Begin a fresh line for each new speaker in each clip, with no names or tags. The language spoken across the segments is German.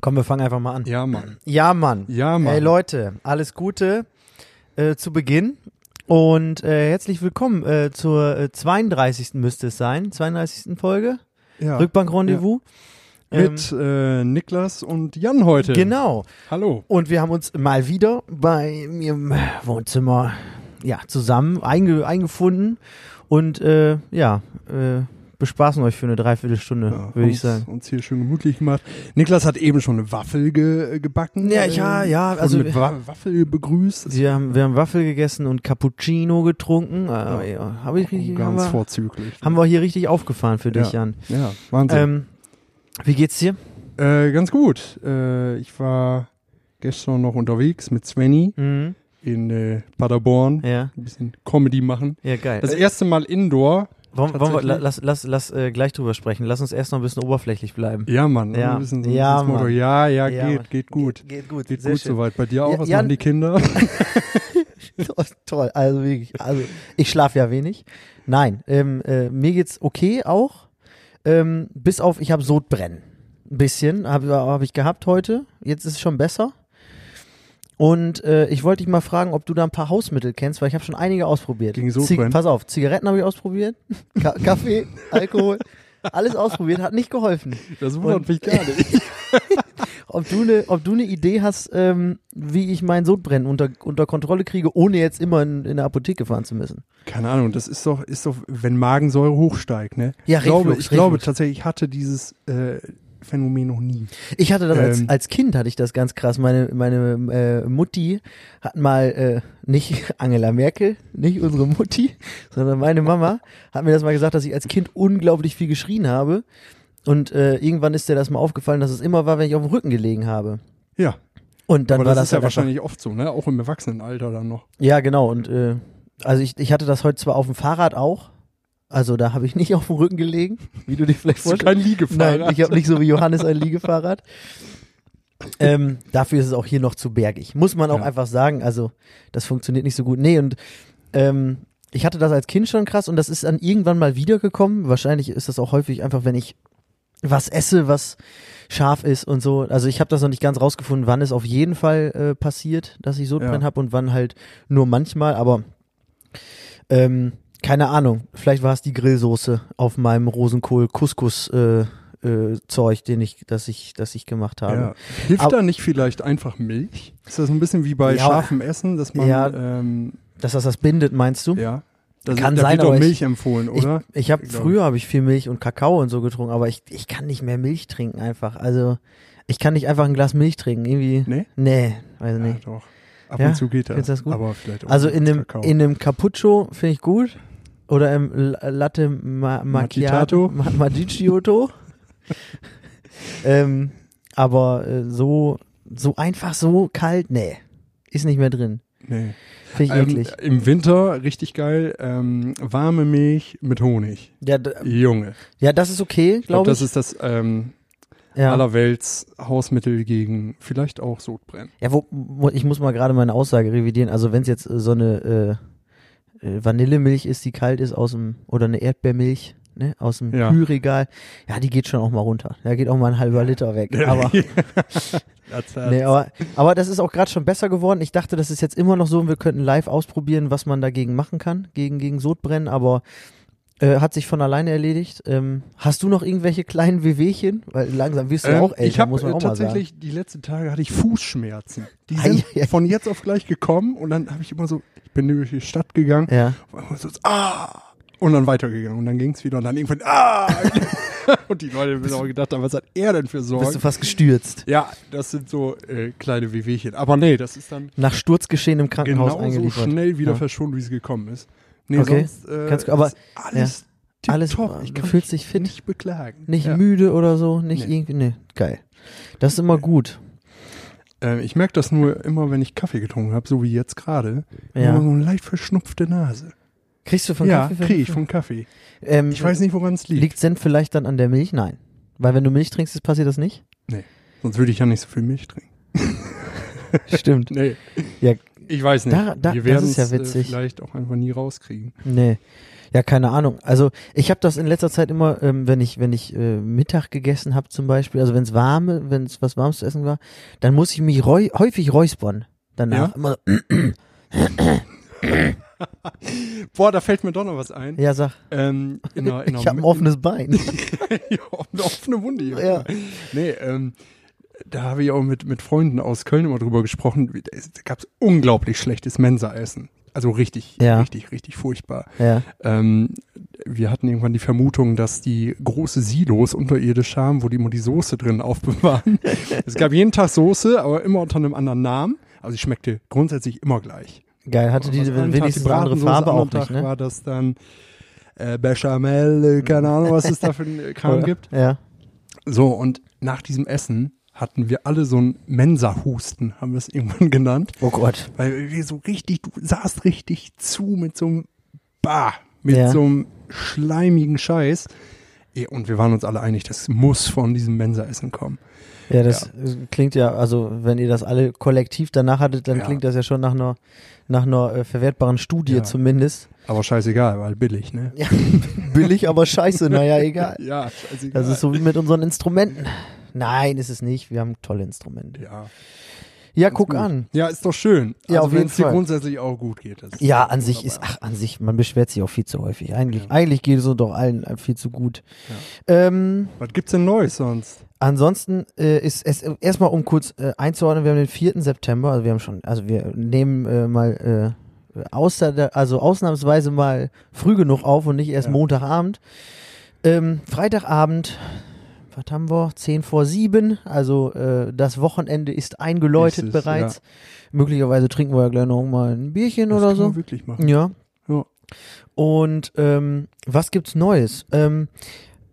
Komm, wir fangen einfach mal an.
Ja, Mann.
Ja, Mann.
Ja, Mann.
Hey Leute, alles Gute äh, zu Beginn und äh, herzlich willkommen äh, zur äh, 32. müsste es sein, 32. Folge,
Ja.
Rückbank-Rendezvous. Ähm,
Mit äh, Niklas und Jan heute.
Genau.
Hallo.
Und wir haben uns mal wieder bei mir im Wohnzimmer ja, zusammen einge eingefunden und äh, ja, äh, bespaßen euch für eine Dreiviertelstunde,
Ja,
würde ich
uns-
sagen.
Uns hier schön gemütlich gemacht. Niklas hat eben schon eine Waffel ge äh, gebacken. Ähm,
Ja, ja, ja,
Wurde
also-
mit Wa Waffel begrüßt. Das
Sie haben, wir haben Waffel gegessen und Cappuccino getrunken. Äh, ja. Hab ich
ist
richtig, haben,
ganz
wir,
vorzüglich.
haben wir hier richtig aufgefahren für dich,
Ja.
Jan.
ja, Wahnsinn.
Ähm, wie geht's dir?
äh, ganz gut. Äh, ich war gestern noch unterwegs mit Svenny
Mhm.
in äh, Paderborn.
Ja,
Ein bisschen Comedy machen.
ja geil. Äh,
Das erste Mal Indoor.
wollen, wollen wir, la-
tatsächlich-
lass lass, lass äh, gleich drüber sprechen. Lass uns erst noch ein bisschen oberflächlich bleiben.
Ja, Mann.
Ja.
Ein bisschen so
Ja,
dieses Motto.
Mann.
ja, ja,
Ja,
geht,
Mann.
geht gut.
Geht gut,
Geht
sehr
gut
schön.
soweit. Bei dir auch?
Ja,
Was
Jan-
machen die Kinder?
Oh, Toll, also wirklich. Also ich schlafe ja wenig. Nein, ähm, äh, mir geht's okay auch. Ähm, bis auf, ich habe Sodbrennen. Ein bisschen habe hab ich gehabt heute. Jetzt ist es schon besser. Und äh, ich wollte dich mal fragen, ob du da ein paar Hausmittel kennst, weil ich habe schon einige ausprobiert.
Gegen
Zi-
Sodbrennen?
Pass auf, Zigaretten habe ich ausprobiert, Ka Kaffee, Alkohol, alles ausprobiert, hat nicht geholfen.
Das wundert
Und-
mich gar nicht.
Ob du eine ob du ne Idee hast, ähm, wie ich mein Sodbrennen unter, unter Kontrolle kriege, ohne jetzt immer in, in eine Apotheke fahren zu müssen.
Keine Ahnung, das ist doch, ist doch, wenn Magensäure hochsteigt, ne?
Ja,
ich glaube,
Reflux,
ich glaube
Reflux.
tatsächlich, ich hatte dieses äh, Phänomen noch nie.
Ich hatte das
Ähm.
als, als Kind, hatte ich das ganz krass. Meine, meine äh, Mutti hat mal, äh, nicht Angela Merkel, nicht unsere Mutti, sondern meine Mama, hat mir das mal gesagt, dass ich als Kind unglaublich viel geschrien habe. Und äh, irgendwann ist dir das mal aufgefallen, dass es immer war, wenn ich auf dem Rücken gelegen habe.
Ja,
Und dann
aber
war
das,
das
ist ja
halt einfach-
wahrscheinlich oft so, ne? Auch im Erwachsenenalter dann noch.
Ja, genau. Und äh, also ich, ich hatte das heute zwar auf dem Fahrrad auch. Also da habe ich nicht auf dem Rücken gelegen, wie du dir vielleicht
Hast du
vorstellst.
kein Liegefahrrad?
Nein, ich habe nicht so wie Johannes ein Liegefahrrad. ähm, dafür ist es auch hier noch zu bergig. Muss man auch
Ja.
einfach sagen. Also, das funktioniert nicht so gut. Nee, und ähm, ich hatte das als Kind schon krass und das ist dann irgendwann mal wiedergekommen. Wahrscheinlich ist das auch häufig einfach, wenn ich was esse, was scharf ist und so. Also ich habe das noch nicht ganz rausgefunden, wann es auf jeden Fall äh, passiert, dass ich Sodbrennen
Ja.
habe und wann halt nur manchmal, aber ähm, keine Ahnung. Vielleicht war es die Grillsoße auf meinem Rosenkohl-Couscous-Zeug, äh, Zeug, den ich, das ich, das ich gemacht
ja.
habe.
Hilft
Aber-
da nicht vielleicht einfach Milch? Ist das ein bisschen wie bei
Ja.
scharfem Essen, dass man,
Ja.
ähm,
Dass das das bindet, meinst du?
ja. Das
Kann
da
sein,
wird
aber
doch
ich-
Milch empfohlen, oder?
Ich, ich habe
Ich glaub-
früher habe ich viel Milch und Kakao und so getrunken, aber ich, ich kann nicht mehr Milch trinken einfach. Also ich kann nicht einfach ein Glas Milch trinken. Irgendwie.
Nee?
Nee, weiß
ja,
nicht.
doch. Ab
Ja,
und zu geht das.
findest du das gut?
Aber vielleicht auch
also
mit
in dem,
Kakao.
in dem Cappuccio finde ich gut. Oder im La- Latte Ma Macchiato.
Macchiato.
Ma Magicioto. ähm, aber äh, so, so einfach, so kalt, nee. Ist nicht mehr drin.
nee.
Finde ich
ähm,
eklig.
Im Winter richtig geil. Ähm, warme Milch mit Honig.
Ja, d-
Junge.
ja, das ist okay,
Ich glaube,
glaube ich.
das ist das ähm,
ja.
allerwelts Hausmittel gegen vielleicht auch Sodbrennen.
Ja, wo, wo, ich muss mal gerade meine Aussage revidieren. Also wenn es jetzt äh, so eine äh, äh, Vanillemilch ist, die kalt ist aus dem oder eine Erdbeermilch ne, aus dem
Ja.
Kühlregal, ja, die geht schon auch mal runter. Da geht auch mal ein halber Liter weg. Aber,
That's
nee, aber, aber das ist auch gerade schon besser geworden. Ich dachte, das ist jetzt immer noch so und wir könnten live ausprobieren, was man dagegen machen kann, gegen, gegen Sodbrennen, aber äh, hat sich von alleine erledigt. Ähm, hast du noch irgendwelche kleinen Wehwehchen? Weil langsam wirst du ja auch älter,
Ähm, ich habe
muss man auch mal sagen.
tatsächlich die letzten Tage hatte ich Fußschmerzen. Die
Ei,
sind
ei, ei.
von jetzt auf gleich gekommen und dann habe ich immer so, ich bin durch die Stadt gegangen,
Ja.
und so, ah, und dann weitergegangen und dann ging es wieder und dann irgendwann ah und die Leute haben auch gedacht, aber was hat er denn für
Bist du
Sorgen?
fast gestürzt.
Ja, das sind so äh, kleine Wehwehchen. Aber nee, das ist dann
nach Sturzgeschehen im Krankenhaus
genau so
eingeliefert.
schnell wieder
Ja.
verschwunden, wie sie gekommen ist. Nee,
Okay.
sonst, äh,
Ganz gut, aber-
ist alles
ja. Alles-
tipptopp. Ich
du
kann mich
fühlst dich fit.
nicht beklagen.
Nicht
ja.
müde oder so, nicht
Nee.
irgendwie, nee, geil. Das ist immer gut.
äh, ich merke das nur immer, wenn ich Kaffee getrunken habe, so wie jetzt gerade.
Ja.
Immer so eine leicht verschnupfte Nase.
Kriegst du von
ja,
Kaffee?
kriege ich vom Kaffee.
ähm,
Ich weiß nicht, woran es liegt.
Liegt Senf vielleicht dann an der Milch? Nein. Weil wenn du Milch trinkst, ist passiert das nicht?
Sonst würde ich ja nicht so viel Milch trinken.
Stimmt.
Nee.
Ja.
Ich weiß nicht.
Da- da-
Wir
das
werden
ist ja
es, äh,
witzig.
vielleicht auch einfach nie rauskriegen.
Nee. Ja, keine Ahnung. Also ich habe das in letzter Zeit immer, ähm, wenn ich wenn ich äh, Mittag gegessen habe zum Beispiel, also wenn es warme, wenn es was warmes zu essen war, dann muss ich mich räu häufig räuspern danach.
Ja?
Immer so,
Boah, da fällt mir doch noch was ein.
ja sag,
Ähm, in einer, in einer
ich habe ein offenes Bein.
ja, um eine offene Wunde hier.
Ja.
Nee, ähm, da habe ich auch mit, mit Freunden aus Köln immer drüber gesprochen. wie- Da gab es unglaublich schlechtes Mensa-Essen. Also richtig,
Ja.
richtig, richtig furchtbar.
ja,
Ähm, wir hatten irgendwann die Vermutung, dass die große Silos unterirdisch haben, wo die immer die Soße drin aufbewahren. es gab jeden Tag Soße, aber immer unter einem anderen Namen. Also sie schmeckte grundsätzlich immer gleich.
geil. Hatte die
Also einen Tag
wenigstens eine andere
Bratensoße,
Farbe
anderen
auch nicht,
Tag
ne?
war das dann äh, Bechamel, äh, keine Ahnung, was es da für einen Kram gibt.
Ja.
So, und nach diesem Essen hatten wir alle so einen Mensa-Husten, haben wir es irgendwann genannt.
Oh Gott.
Weil wir so richtig, du saßt richtig zu mit so einem Bah, mit
Ja.
so einem schleimigen Scheiß. Eh, Und wir waren uns alle einig, das muss von diesem Mensa-Essen kommen.
Ja, das äh, klingt ja, also wenn ihr das alle kollektiv danach hattet, dann
Ja.
klingt das ja schon nach einer nach einer äh, verwertbaren Studie
Ja.
zumindest.
Aber scheißegal, weil billig, ne?
Ja, billig, aber scheiße, naja, egal.
Ja, scheißegal.
Das ist so wie mit unseren Instrumenten. Nein, ist es nicht. Wir haben tolle Instrumente.
ja,
Ja, guck
gut.
an.
Ja, ist doch schön.
Ja,
also,
auf jeden
wenn's dir
Fall.
grundsätzlich auch gut geht. Das ist
Ja,
doch
an sich ist,
wunderbar.
ach, an sich, man beschwert sich auch viel zu häufig. Eigentlich,
Ja.
eigentlich geht es uns doch allen viel zu gut. Ähm,
Was gibt's denn Neues sonst?
ansonsten äh, ist es erstmal, um kurz äh, einzuordnen, wir haben den 4. September, also wir haben schon, also wir nehmen äh, mal äh, außer der, also ausnahmsweise mal früh genug auf und nicht erst
Ja.
Montagabend. Ähm, Freitagabend, was haben wir? 10 vor 7, also äh, das Wochenende ist eingeläutet
Ist es,
bereits. Möglicherweise trinken wir ja gleich noch mal ein Bierchen
das
oder
kann
so.
man wirklich machen.
Ja.
Ja.
Und ähm, was gibt's Neues? Ähm,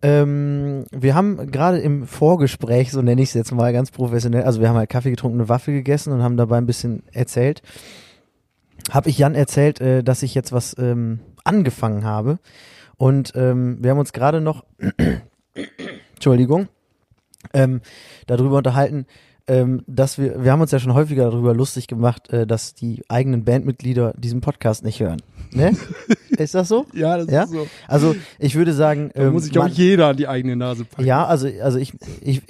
ähm, wir haben gerade im Vorgespräch, so nenne ich es jetzt mal ganz professionell, also wir haben halt Kaffee getrunken, eine Waffe gegessen und haben dabei ein bisschen erzählt. Habe ich Jan erzählt, äh, dass ich jetzt was ähm, angefangen habe. Und ähm, wir haben uns gerade noch, Entschuldigung, ähm, darüber unterhalten, ähm, dass wir, wir haben uns ja schon häufiger darüber lustig gemacht, äh, dass die eigenen Bandmitglieder diesen Podcast nicht hören. Ne? ist das so?
Ja, das
Ja?
ist so.
Also ich würde sagen,
Da
ähm,
muss sich, glaube
man-
ich, jeder an die eigene Nase packen.
ja, also, also ich, ich,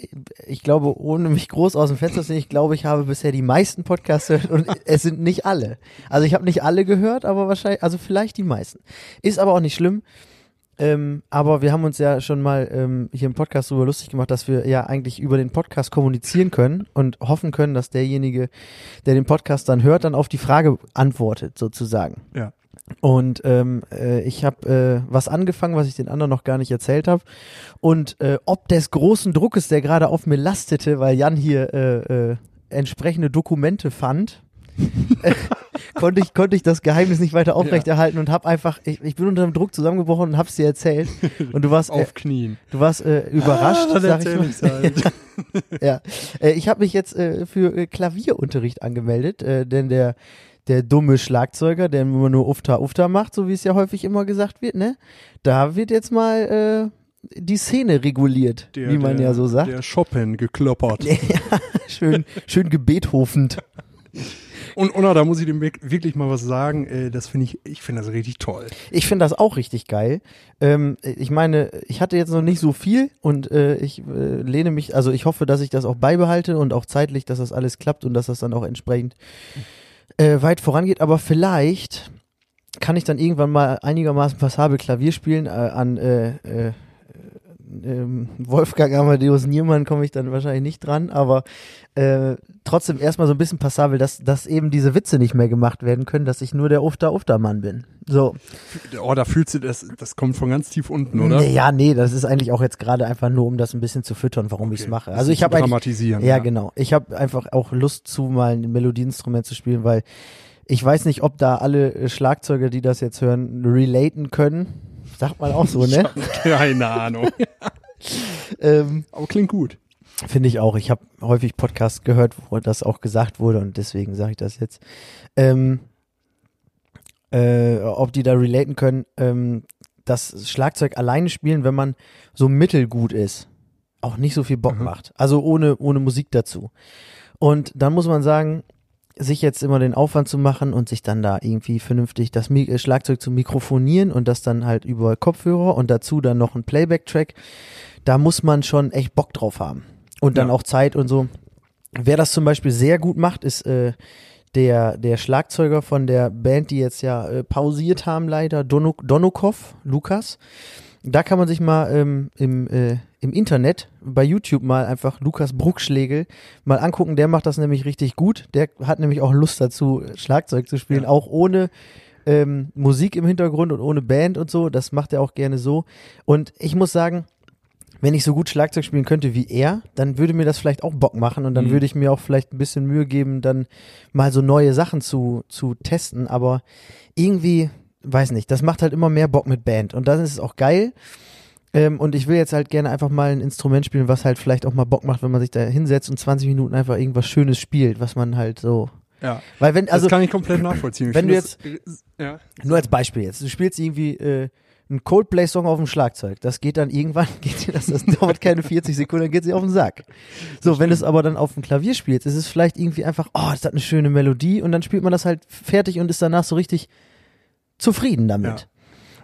ich glaube, ohne mich groß aus dem Fenster zu sehen, ich glaube, ich habe bisher die meisten Podcasts gehört und es sind nicht alle. Also ich habe nicht alle gehört, aber wahrscheinlich, also vielleicht die meisten. Ist aber auch nicht schlimm. Ähm, aber wir haben uns ja schon mal ähm, hier im Podcast darüber lustig gemacht, dass wir ja eigentlich über den Podcast kommunizieren können und hoffen können, dass derjenige, der den Podcast dann hört, dann auf die Frage antwortet, sozusagen.
Ja.
Und ähm, äh, ich habe äh, was angefangen, was ich den anderen noch gar nicht erzählt habe. Und äh, ob des großen Druckes, der gerade auf mir lastete, weil Jan hier äh, äh, entsprechende Dokumente fand, äh, konnte, ich, konnte ich das Geheimnis nicht weiter aufrechterhalten und habe einfach, ich, ich bin unter dem Druck zusammengebrochen und habe es dir erzählt. Und du warst, äh,
Auf Knien.
du warst äh, überrascht,
Ah,
sag ich
erzähl
mal.
ich's halt.
Ja, äh, ich habe mich jetzt äh, für äh, Klavierunterricht angemeldet, äh, denn der der dumme Schlagzeuger, der immer nur Ufta Ufta macht, so wie es ja häufig immer gesagt wird, ne? Da wird jetzt mal äh, die Szene reguliert,
Der-
wie man
der-
ja so sagt.
Der Shoppen gekloppert.
Schön, schön gebethofend.
Und Unna, da muss ich dem wirk- wirklich mal was sagen. äh, Das finde ich, ich finde das richtig toll.
Ich finde das auch richtig geil. Ähm, ich meine, ich hatte jetzt noch nicht so viel und äh, ich äh, lehne mich, also ich hoffe, dass ich das auch beibehalte und auch zeitlich, dass das alles klappt und dass das dann auch entsprechend äh, weit vorangeht. Aber vielleicht kann ich dann irgendwann mal einigermaßen passabel Klavier spielen. Äh, an äh, äh, ähm, Wolfgang Amadeus Niemann komme ich dann wahrscheinlich nicht dran, aber äh, trotzdem erstmal so ein bisschen passabel, dass, dass eben diese Witze nicht mehr gemacht werden können, dass ich nur der Ufter-Ufter-Mann bin. So.
Oh, da fühlst du das, das kommt von ganz tief unten, oder?
Nee, ja, nee, das ist eigentlich auch jetzt gerade einfach nur, um das ein bisschen zu füttern, warum ich's
Okay.
mache.
Das
Also
nicht
ich habe
zu
eigentlich,
dramatisieren.
ja genau, ich habe einfach auch Lust zu mal ein Melodieinstrument zu spielen, weil ich weiß nicht, ob da alle äh, Schlagzeuger, die das jetzt hören, relaten können. Sagt man auch so, ne?
Keine Ahnung.
Ähm,
Aber klingt gut.
Finde ich auch. Ich habe häufig Podcasts gehört, wo das auch gesagt wurde und deswegen sage ich das jetzt. Ähm, äh, ob die da relaten können, ähm, das Schlagzeug alleine spielen, wenn man so mittelgut ist, auch nicht so viel Bock macht. Also ohne, ohne Musik dazu. Und dann muss man sagen, sich jetzt immer den Aufwand zu machen und sich dann da irgendwie vernünftig das Mi äh, Schlagzeug zu mikrofonieren und das dann halt über Kopfhörer und dazu dann noch ein Playback-Track, da muss man schon echt Bock drauf haben. Und dann
Ja.
auch Zeit und so. Wer das zum Beispiel sehr gut macht, ist äh, der, der Schlagzeuger von der Band, die jetzt ja äh, pausiert haben, leider, Donuk Donukov, Lukas. Da kann man sich mal ähm, im, äh, im Internet bei YouTube mal einfach Lukas Bruckschlägel mal angucken. Der macht das nämlich richtig gut. Der hat nämlich auch Lust dazu, Schlagzeug zu spielen, auch ohne ähm, Musik im Hintergrund und ohne Band und so. Das macht er auch gerne so. Und ich muss sagen, wenn ich so gut Schlagzeug spielen könnte wie er, dann würde mir das vielleicht auch Bock machen und dann
Mhm.
würde ich mir auch vielleicht ein bisschen Mühe geben, dann mal so neue Sachen zu, zu testen. Aber irgendwie, weiß nicht, das macht halt immer mehr Bock mit Band und dann ist es auch geil. Ähm, und ich will jetzt halt gerne einfach mal ein Instrument spielen, was halt vielleicht auch mal Bock macht, wenn man sich da hinsetzt und 20 Minuten einfach irgendwas Schönes spielt, was man halt so.
Ja.
Weil wenn, also
das kann ich komplett nachvollziehen. Ich
wenn du
find das- ja.
nur als Beispiel jetzt. Du spielst irgendwie äh, einen Coldplay-Song auf dem Schlagzeug. Das geht dann irgendwann, geht dir das, das dauert keine 40 Sekunden, dann geht sie auf den Sack. So, wenn du es aber dann auf dem Klavier spielst, ist es vielleicht irgendwie einfach, oh, das hat eine schöne Melodie und dann spielt man das halt fertig und ist danach so richtig zufrieden damit.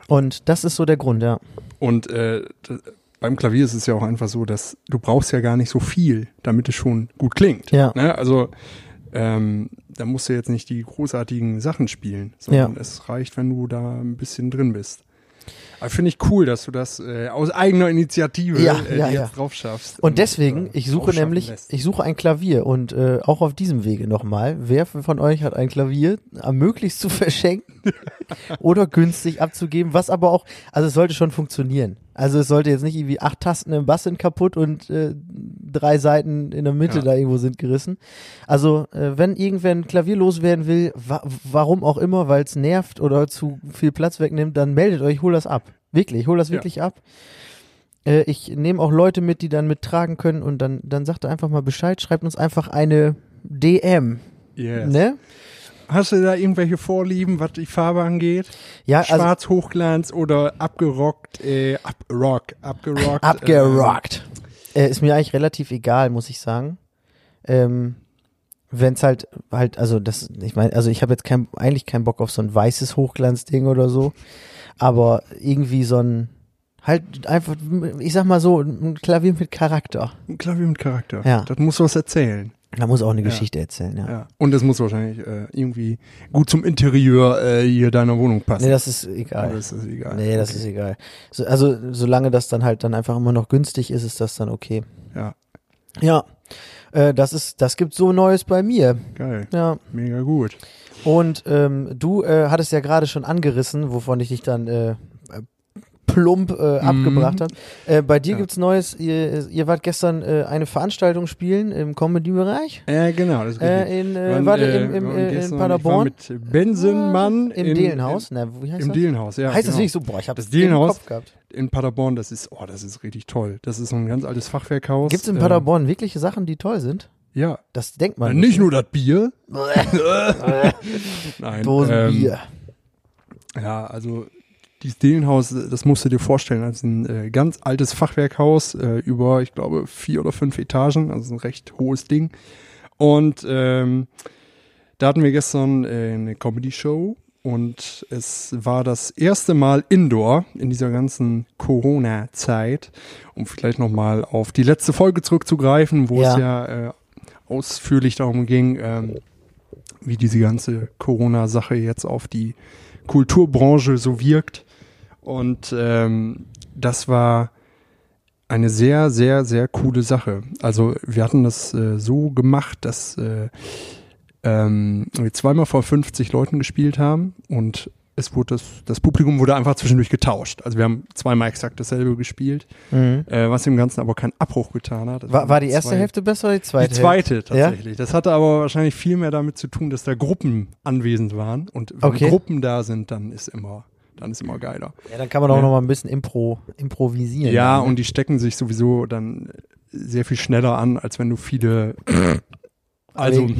Und das ist so der Grund, ja.
Und äh, d- beim Klavier ist es ja auch einfach so, dass du brauchst ja gar nicht so viel, damit es schon gut klingt.
Ja.
Ne? Also ähm, da musst du jetzt nicht die großartigen Sachen spielen, sondern
Ja.
es reicht, wenn du da ein bisschen drin bist. Aber finde ich cool, dass du das äh, aus eigener Initiative
Ja,
äh,
ja,
dir
ja.
jetzt drauf schaffst.
Und deswegen,
äh,
ich suche
draufschaffen
nämlich,
lässt.
ich suche ein Klavier und äh, auch auf diesem Wege nochmal, wer von euch hat ein Klavier am möglichst zu verschenken oder günstig abzugeben, was aber auch, also es sollte schon funktionieren. Also es sollte jetzt nicht irgendwie acht Tasten im Bass sind kaputt und äh, drei Seiten in der Mitte
Ja.
da irgendwo sind gerissen. Also äh, wenn irgendwer ein Klavier loswerden will, wa warum auch immer, weil es nervt oder zu viel Platz wegnimmt, dann meldet euch, hol das ab. Wirklich, hol das
Ja.
wirklich ab. Äh, ich nehme auch Leute mit, die dann mittragen können und dann, dann sagt er einfach mal Bescheid, schreibt uns einfach eine DM.
yes.
Ne?
Hast du da irgendwelche Vorlieben, was die Farbe angeht?
Ja, also
Schwarz, Hochglanz oder abgerockt, äh, abrock, abgerockt.
abgerockt. Äh, ist mir eigentlich relativ egal, muss ich sagen. Ähm, Wenn es halt, halt, also das, ich meine, also ich habe jetzt kein, eigentlich keinen Bock auf so ein weißes Hochglanzding oder so, aber irgendwie so ein, halt einfach, ich sag mal so, ein Klavier mit Charakter.
Ein Klavier mit Charakter.
Ja.
Das muss was erzählen.
Da muss auch eine
Ja.
Geschichte erzählen, ja.
Ja. Und es muss wahrscheinlich äh, irgendwie gut zum Interieur äh, hier deiner Wohnung passen.
Nee, das ist
Aber
egal.
das ist egal.
Nee, das ist egal. So, also, solange das dann halt dann einfach immer noch günstig ist, ist das dann okay.
Ja,
Ja. Äh, das ist, das gibt so Neues bei mir.
geil.
Ja.
Mega gut.
Und ähm, du äh, hattest ja gerade schon angerissen, wovon ich dich dann äh, äh, plump äh, abgebracht habe. Äh, bei dir
Mhm. Ja.
gibt's Neues. Ihr, ihr wart gestern äh, eine Veranstaltung spielen im Comedy-Bereich.
Äh, genau, das ist richtig.
Äh, in,
Wir
äh,
waren,
warte,
äh,
im, im,
wir waren
äh, in
gestern-
Paderborn. Ah,
Ich war mit Bensenmann
Im
in-
Dielenhaus. Na, wie
In,
heißt
Im
das?
Dielenhaus, ja.
heißt das
genau.
nicht so? Boah, ich habe
Das
das im
Dielenhaus.
Kopf gehabt.
In Paderborn, das ist, oh, das ist richtig toll. Das ist so ein ganz altes Fachwerkhaus.
Gibt's in
Ähm,
Paderborn wirkliche Sachen, die toll sind?
Ja.
Das denkt man
Nicht nur das Bier. Nein.
Dosenbier.
Ja, also dieses Dielenhaus, das musst du dir vorstellen, als ein äh, ganz altes Fachwerkhaus äh, über, ich glaube, vier oder fünf Etagen, also ein recht hohes Ding. Und ähm, da hatten wir gestern äh, eine Comedy-Show und es war das erste Mal Indoor in dieser ganzen Corona-Zeit, um vielleicht nochmal auf die letzte Folge zurückzugreifen, wo
Ja.
es ja äh, ausführlich darum ging, ähm, wie diese ganze Corona-Sache jetzt auf die Kulturbranche so wirkt. Und ähm, das war eine sehr, sehr, sehr coole Sache. Also wir hatten das äh, so gemacht, dass äh, ähm, wir zweimal vor 50 Leuten gespielt haben und es wurde das, das Publikum wurde einfach zwischendurch getauscht. Also wir haben zweimal exakt dasselbe gespielt,
Mhm.
äh, was dem Ganzen aber keinen Abbruch getan hat. Es
War,
waren
war die erste
zwei-
Hälfte besser oder die zweite?
die zweite
Ja?
tatsächlich. Das hatte aber wahrscheinlich viel mehr damit zu tun, dass da Gruppen anwesend waren. Und wenn
Okay.
Gruppen da sind, dann ist immer, dann ist immer geiler.
Hälfte? Ja, dann kann man auch
Ja.
noch mal ein bisschen impro, improvisieren.
Ja,
ne?
und die stecken sich sowieso dann sehr viel schneller an, als wenn du viele. also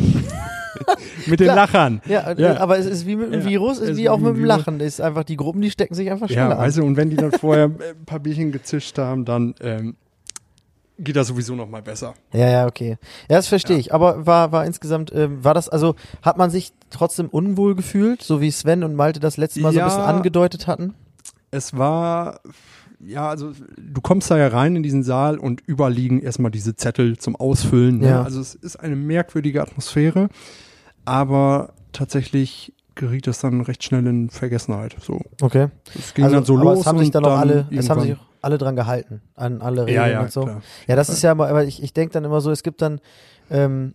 mit den
Klar.
Lachern.
Ja, äh,
Ja.
aber es ist wie mit dem
Ja,
Virus,
es
ist
ist
wie auch
wie
mit dem
Virus.
Lachen. Es Ist einfach die Gruppen, die stecken sich einfach schneller
Ja, also,
an.
weißt du, und wenn die dann vorher ein paar Bierchen gezischt haben, dann ähm, geht das sowieso noch mal besser.
Ja, ja, okay. Ja, das verstehe ich. Aber war, war insgesamt, ähm, war das, also hat man sich trotzdem unwohl gefühlt, so wie Sven und Malte das letzte Mal so ein
Ja.
bisschen angedeutet hatten?
Es war, ja, also du kommst da ja rein in diesen Saal und überliegen erstmal diese Zettel zum Ausfüllen. Ne?
Ja.
Also es ist eine merkwürdige Atmosphäre, aber tatsächlich geriet das dann recht schnell in Vergessenheit. So,
Okay.
es ging
also,
dann so
aber
los
es haben sich
und
dann auch alle, es
irgendwann-
haben sich auch alle dran gehalten, an alle Regeln
ja, ja,
und so.
klar.
Ja, das ist ja immer, aber ich, ich denke dann immer so, es gibt dann ähm,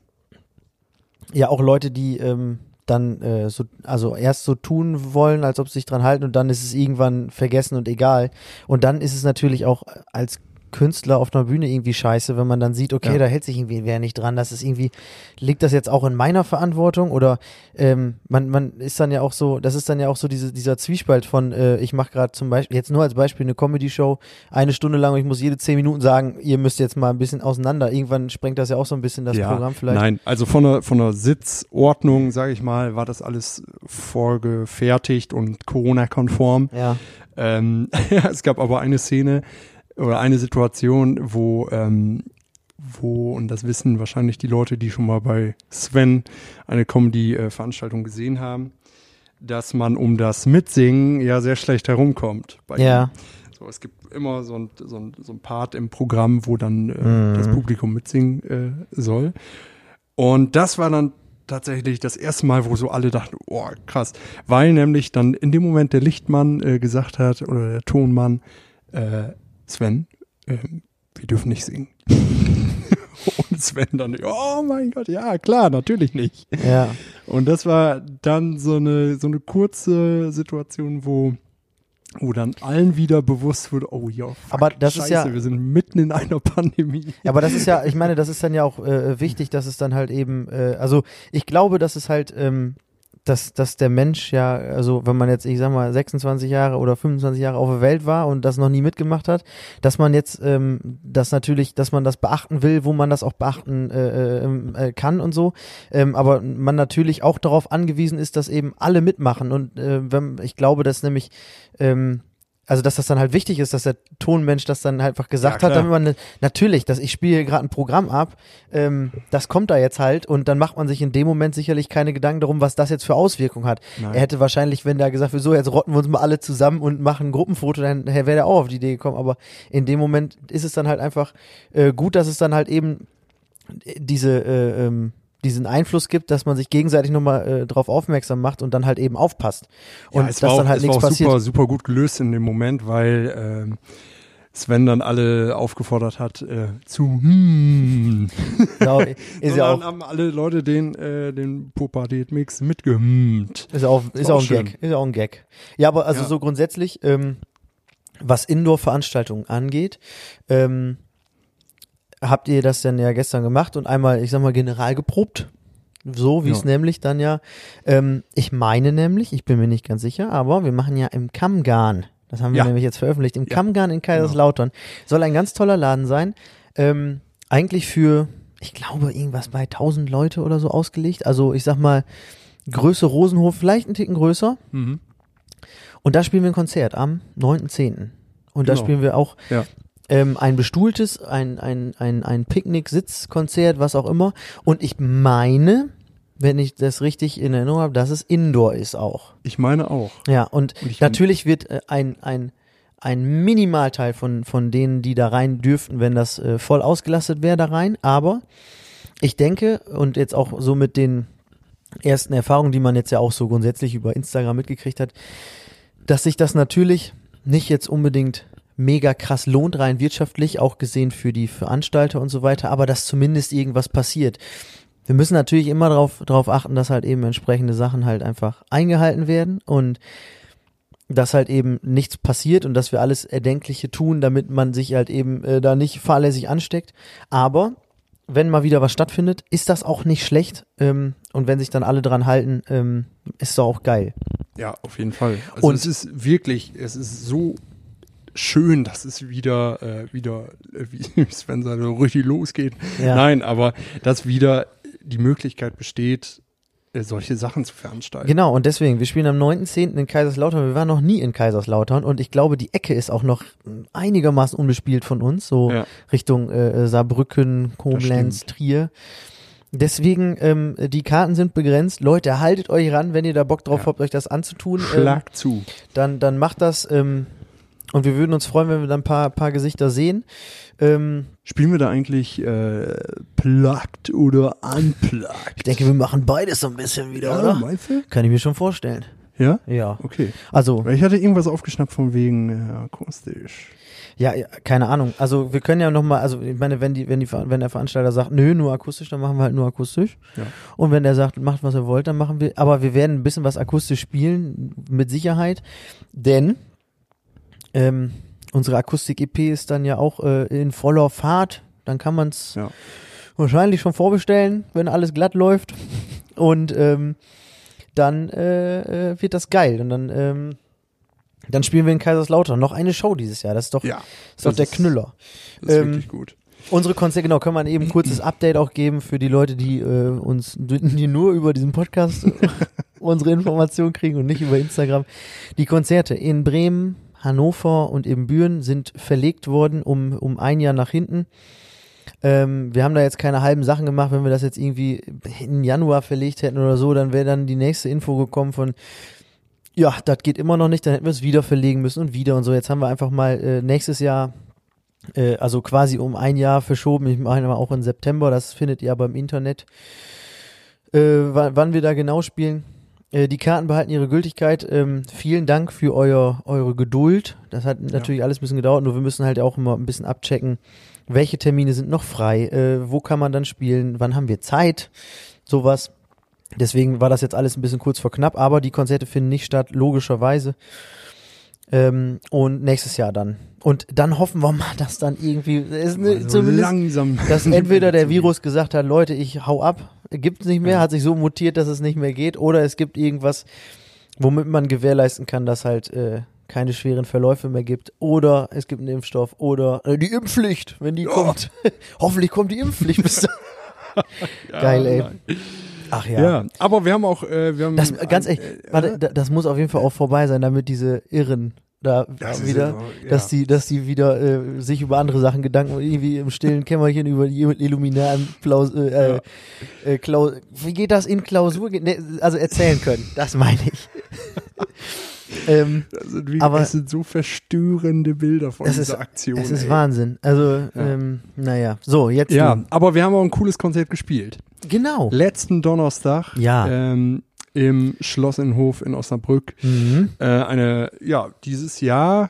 ja auch Leute, die ähm, dann äh, so, also erst so tun wollen, als ob sie sich dran halten und dann ist es irgendwann vergessen und egal. Und dann ist es natürlich auch als Künstler auf einer Bühne irgendwie scheiße, wenn man dann sieht, okay,
Ja.
da hält sich irgendwie wer nicht dran, das ist irgendwie, liegt das jetzt auch in meiner Verantwortung oder ähm, man, man ist dann ja auch so, das ist dann ja auch so diese, dieser Zwiespalt von, äh, ich mache gerade zum Beispiel, jetzt nur als Beispiel eine Comedy-Show, eine Stunde lang und ich muss jede zehn Minuten sagen, ihr müsst jetzt mal ein bisschen auseinander, irgendwann sprengt das ja auch so ein bisschen das Programm vielleicht.
Nein, also von der, von der Sitzordnung, sage ich mal, war das alles vorgefertigt und Corona-konform.
Ja,
Ähm, ja, es gab aber eine Szene oder eine Situation, wo, ähm, wo, und das wissen wahrscheinlich die Leute, die schon mal bei Sven eine Comedy-Veranstaltung gesehen haben, dass man um das Mitsingen ja sehr schlecht herumkommt. bei
ja,
so, es gibt immer so ein, so ein, so ein Part im Programm, wo dann äh, das Publikum mitsingen äh, soll. Und das war dann tatsächlich das erste Mal, wo so alle dachten, oh krass, weil nämlich dann in dem Moment der Lichtmann äh, gesagt hat oder der Tonmann, äh, Sven, äh, wir dürfen nicht singen. Und Sven dann, oh mein Gott, ja klar, natürlich nicht.
ja,
Und das war dann so eine, so eine kurze Situation, wo, wo dann allen wieder bewusst wurde, oh ja, fuck,
Aber das ist
scheiße,
ja-
wir sind mitten in einer Pandemie.
Ja, aber das ist ja, ich meine, das ist dann ja auch äh, wichtig, dass es dann halt eben, äh, also ich glaube, dass es halt, ähm, dass, dass der Mensch ja, also wenn man jetzt, ich sag mal, 26 Jahre oder 25 Jahre auf der Welt war und das noch nie mitgemacht hat, dass man jetzt ähm, das natürlich, dass man das beachten will, wo man das auch beachten äh, ähm, äh, kann und so, ähm, aber man natürlich auch darauf angewiesen ist, dass eben alle mitmachen und äh, wenn, ich glaube, dass nämlich ähm, also dass das dann halt wichtig ist, dass der Tonmensch das dann halt einfach gesagt
Ja,
hat,
klar.
damit man ne, natürlich, dass ich spiele gerade ein Programm ab, ähm, das kommt da jetzt halt und dann macht man sich in dem Moment sicherlich keine Gedanken darum, was das jetzt für Auswirkungen hat.
Nein.
Er hätte wahrscheinlich, wenn da gesagt wird, so jetzt rotten wir uns mal alle zusammen und machen ein Gruppenfoto, dann wäre der auch auf die Idee gekommen. Aber in dem Moment ist es dann halt einfach äh, gut, dass es dann halt eben diese äh, ähm, diesen Einfluss gibt, dass man sich gegenseitig nochmal äh, drauf aufmerksam macht und dann halt eben aufpasst. Und
ja,
dass
es war auch,
dann halt
es war
nichts
auch
passiert.
super, super gut gelöst in dem Moment, weil ähm, Sven dann alle aufgefordert hat äh, zu hm.
Genau, ist ja
Sondern
auch
haben alle Leute den, äh, den Popa-Date-Mix mitgehmt.
Ist auch, ist
auch
auch ein
schön.
Gag. Ist auch ein Gag. Ja, aber also
Ja.
so grundsätzlich, ähm, was Indoor-Veranstaltungen angeht, ähm, habt ihr das denn ja gestern gemacht und einmal, ich sag mal, general geprobt. So wie es
Ja.
nämlich dann ja, ähm, ich meine nämlich, ich bin mir nicht ganz sicher, aber wir machen ja im Kammgarn, das haben wir
Ja.
nämlich jetzt veröffentlicht, im
Ja. Genau.
Kammgarn in Kaiserslautern, soll ein ganz toller Laden sein, ähm, eigentlich für, ich glaube, irgendwas bei 1000 Leute oder so ausgelegt, also ich sag mal, Größe Rosenhof, vielleicht einen Ticken größer.
Mhm.
Und da spielen wir ein Konzert am 9.10. Und da
Genau.
spielen wir auch
Ja.
ähm, ein bestuhltes, ein, ein, ein, ein Picknick-Sitzkonzert, was auch immer. Und ich meine, wenn ich das richtig in Erinnerung habe, dass es Indoor ist auch.
Ich meine auch.
Ja, und,
Und ich-
natürlich wird äh, ein, ein, ein Minimalteil von, von denen, die da rein dürften, wenn das äh, voll ausgelastet wäre, da rein. Aber ich denke, und jetzt auch so mit den ersten Erfahrungen, die man jetzt ja auch so grundsätzlich über Instagram mitgekriegt hat, dass sich das natürlich nicht jetzt unbedingt mega krass lohnt, rein wirtschaftlich, auch gesehen für die Veranstalter und so weiter, aber dass zumindest irgendwas passiert. Wir müssen natürlich immer darauf drauf achten, dass halt eben entsprechende Sachen halt einfach eingehalten werden und dass halt eben nichts passiert und dass wir alles Erdenkliche tun, damit man sich halt eben äh, da nicht fahrlässig ansteckt. Aber wenn mal wieder was stattfindet, ist das auch nicht schlecht. Ähm, und wenn sich dann alle dran halten, ähm, ist doch auch geil.
Ja, auf jeden Fall. Also
Und-
und es ist wirklich, es ist so schön, dass es wieder, äh, wieder, äh, wie Sven sagt, so richtig losgeht.
Ja.
Nein, aber dass wieder die Möglichkeit besteht, äh, solche Sachen zu veranstalten.
Genau, und deswegen, wir spielen am 9.10. in Kaiserslautern. Wir waren noch nie in Kaiserslautern und ich glaube, die Ecke ist auch noch einigermaßen unbespielt von uns, so
Ja.
Richtung äh, Saarbrücken, Koblenz, Trier. Deswegen, ähm, die Karten sind begrenzt. Leute, haltet euch ran, wenn ihr da Bock drauf
Ja.
habt, euch das anzutun. Ähm,
Schlag zu.
dann, dann macht das. Ähm, und wir würden uns freuen, wenn wir dann ein paar, paar Gesichter sehen. Ähm,
Spielen wir da eigentlich äh, plugged oder unplugged?
ich denke, wir machen beides so ein bisschen wieder,
ja,
oder?
meinst du?
Kann ich mir schon vorstellen.
Ja?
Ja.
Okay.
Also,
Weil ich hatte irgendwas aufgeschnappt von wegen äh, akustisch.
ja, ja, keine Ahnung. Also, wir können ja nochmal, also, ich meine, wenn, die, wenn, die, Ver- wenn der Veranstalter sagt, nö, nur akustisch, dann machen wir halt nur akustisch.
Ja.
Und wenn der sagt, macht, was ihr wollt, dann machen wir. Aber wir werden ein bisschen was akustisch spielen, mit Sicherheit. Denn ähm, unsere Akustik-EP ist dann ja auch äh, in voller Fahrt. Dann kann man es
Ja.
wahrscheinlich schon vorbestellen, wenn alles glatt läuft. Und ähm, dann äh, äh, wird das geil. Und dann, ähm, dann spielen wir in Kaiserslautern noch eine Show dieses Jahr. Das ist doch,
Ja.
ist doch
das
der
ist-
Knüller.
Das ist
Ähm,
wirklich gut.
Unsere Konzerte, genau, kann man eben ein kurzes Update auch geben für die Leute, die äh, uns, die nur über diesen Podcast unsere Informationen kriegen und nicht über Instagram. Die Konzerte in Bremen, Hannover und in Büren sind verlegt worden um, um ein Jahr nach hinten. Ähm, wir haben da jetzt keine halben Sachen gemacht. Wenn wir das jetzt irgendwie in Januar verlegt hätten oder so, dann wäre dann die nächste Info gekommen von, ja, das geht immer noch nicht, dann hätten wir es wieder verlegen müssen und wieder und so. Jetzt haben wir einfach mal äh, nächstes Jahr, äh, also quasi um ein Jahr verschoben. Ich meine aber auch in September, das findet ihr aber im Internet, äh, wann, wann wir da genau spielen. Äh, Die Karten behalten ihre Gültigkeit. Ähm, vielen Dank für euer, eure Geduld. Das hat natürlich alles ein bisschen gedauert, nur wir müssen halt auch immer ein bisschen abchecken, welche Termine sind noch frei, äh, wo kann man dann spielen, wann haben wir Zeit, sowas. Deswegen war das jetzt alles ein bisschen kurz vor knapp, aber die Konzerte finden nicht statt, logischerweise. Ähm, und nächstes Jahr dann. Und dann hoffen wir mal, dass dann irgendwie, ist ne,
Also
zumindest
langsam.
dass entweder der Virus gesagt hat, Leute, ich hau ab, gibt's nicht mehr,
Ja.
hat sich so mutiert, dass es nicht mehr geht, oder es gibt irgendwas, womit man gewährleisten kann, dass halt äh, keine schweren Verläufe mehr gibt, oder es gibt einen Impfstoff, oder äh, die Impfpflicht, wenn die kommt. Hoffentlich kommt die Impfpflicht. Bis Geil, ey. Ach ja.
Ja. aber wir haben auch, äh, wir haben
Das, ganz
ein-
ehrlich, warte, da- das muss auf jeden Fall auch vorbei sein, damit diese Irren da
Das ist
wieder,
ja so,
dass
ja.
die, dass die wieder äh, sich über andere Sachen Gedanken irgendwie im stillen Kämmerchen über die Illuminaten Klaus, äh, äh, äh, Klaus, wie geht das in Klausur, ne, also erzählen können, das meine ich. ähm,
Das sind, wie,
aber-
das also sind so verstörende Bilder von
das ist,
dieser Aktion.
das ist
ey.
Wahnsinn. Also, ähm, naja, so jetzt,
Ja,
du.
aber wir haben auch ein cooles Konzert gespielt.
genau.
Letzten Donnerstag
Ja.
ähm, im Schloss in Hof in Osnabrück.
Mhm.
Äh, eine, ja, dieses Jahr,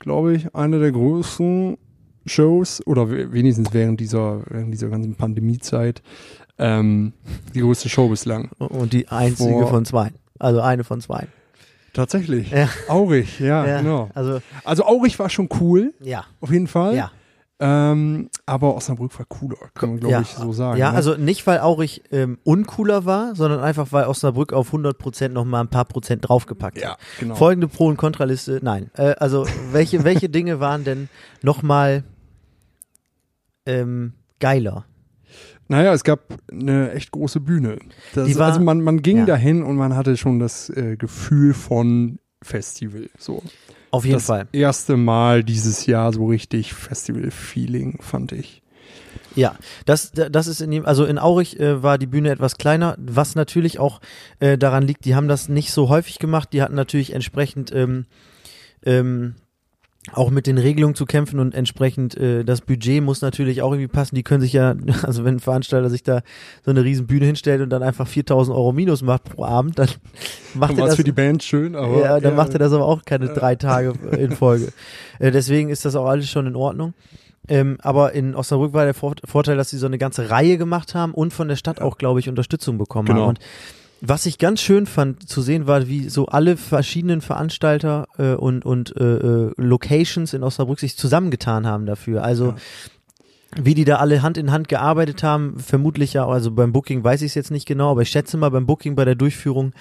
glaube ich, eine der größten Shows oder we- wenigstens während dieser, während dieser ganzen Pandemiezeit ähm, die größte Show bislang.
Und die einzige
Vor-
von zwei, also eine von zwei.
Tatsächlich.
Ja.
Aurich, ja,
Ja,
genau.
Also
Also Aurich war schon cool,
ja,
auf jeden Fall.
ja.
Ähm, aber Osnabrück war cooler, kann man, glaube
Ja.
ich, so sagen.
Ja,
ne?
also nicht, weil Aurich ähm, uncooler war, sondern einfach, weil Osnabrück auf 100% nochmal ein paar Prozent draufgepackt
Ja,
hat.
genau.
Folgende Pro- und Kontraliste, nein. Äh, also, welche, welche Dinge waren denn nochmal ähm, geiler?
Naja, es gab eine echt große Bühne. Das,
Die war-
also man, man ging
ja.
dahin und man hatte schon das äh, Gefühl von Festival. So.
Auf jeden
das
Fall.
erste Mal dieses Jahr so richtig Festival-Feeling, fand ich.
Ja, das, das ist in dem, also in Aurich äh, war die Bühne etwas kleiner, was natürlich auch äh, daran liegt, die haben das nicht so häufig gemacht, die hatten natürlich entsprechend ähm, ähm, auch mit den Regelungen zu kämpfen und entsprechend äh, das Budget muss natürlich auch irgendwie passen. Die können sich ja, also wenn ein Veranstalter sich da so eine riesen Bühne hinstellt und dann einfach 4000 Euro Minus macht pro Abend, dann macht er
war
das
für die Band schön, aber.
ja, dann macht er das aber auch keine drei Tage in Folge. Äh, Deswegen ist das auch alles schon in Ordnung. Ähm, aber in Osnabrück war der Vor Vorteil, dass sie so eine ganze Reihe gemacht haben und von der Stadt auch, glaube ich, Unterstützung bekommen
Genau.
haben. Und was ich ganz schön fand zu sehen war, wie so alle verschiedenen Veranstalter äh, und, und äh, äh, Locations in Osnabrück sich zusammengetan haben dafür. Also
Ja.
wie die da alle Hand in Hand gearbeitet haben, vermutlich ja, also beim Booking weiß ich es jetzt nicht genau, aber ich schätze mal beim Booking, bei der Durchführung,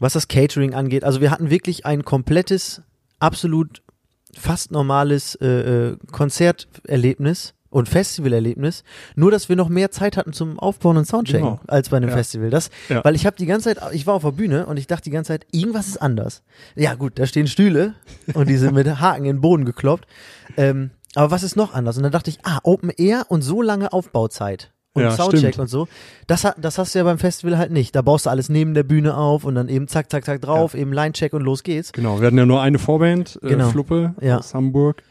was das Catering angeht. Also wir hatten wirklich ein komplettes, absolut fast normales äh, äh, Konzerterlebnis und Festivalerlebnis, nur dass wir noch mehr Zeit hatten zum Aufbauen und Soundchecken
Genau.
als bei einem
Ja.
Festival. Das,
Ja.
weil ich habe die ganze Zeit, ich war auf der Bühne und ich dachte die ganze Zeit, irgendwas ist anders. Ja gut, da stehen Stühle und die sind mit Haken in den Boden gekloppt. Ähm, aber was ist noch anders? Und dann dachte ich, ah, Open Air und so lange Aufbauzeit und
Ja,
Soundcheck
stimmt.
und so. Das, ha- das hast du ja beim Festival halt nicht. Da baust du alles neben der Bühne auf und dann eben zack, zack, zack drauf, eben Linecheck und los geht's.
Genau, wir hatten ja nur eine Vorband, äh,
Genau.
Fluppe
Ja.
aus Hamburg.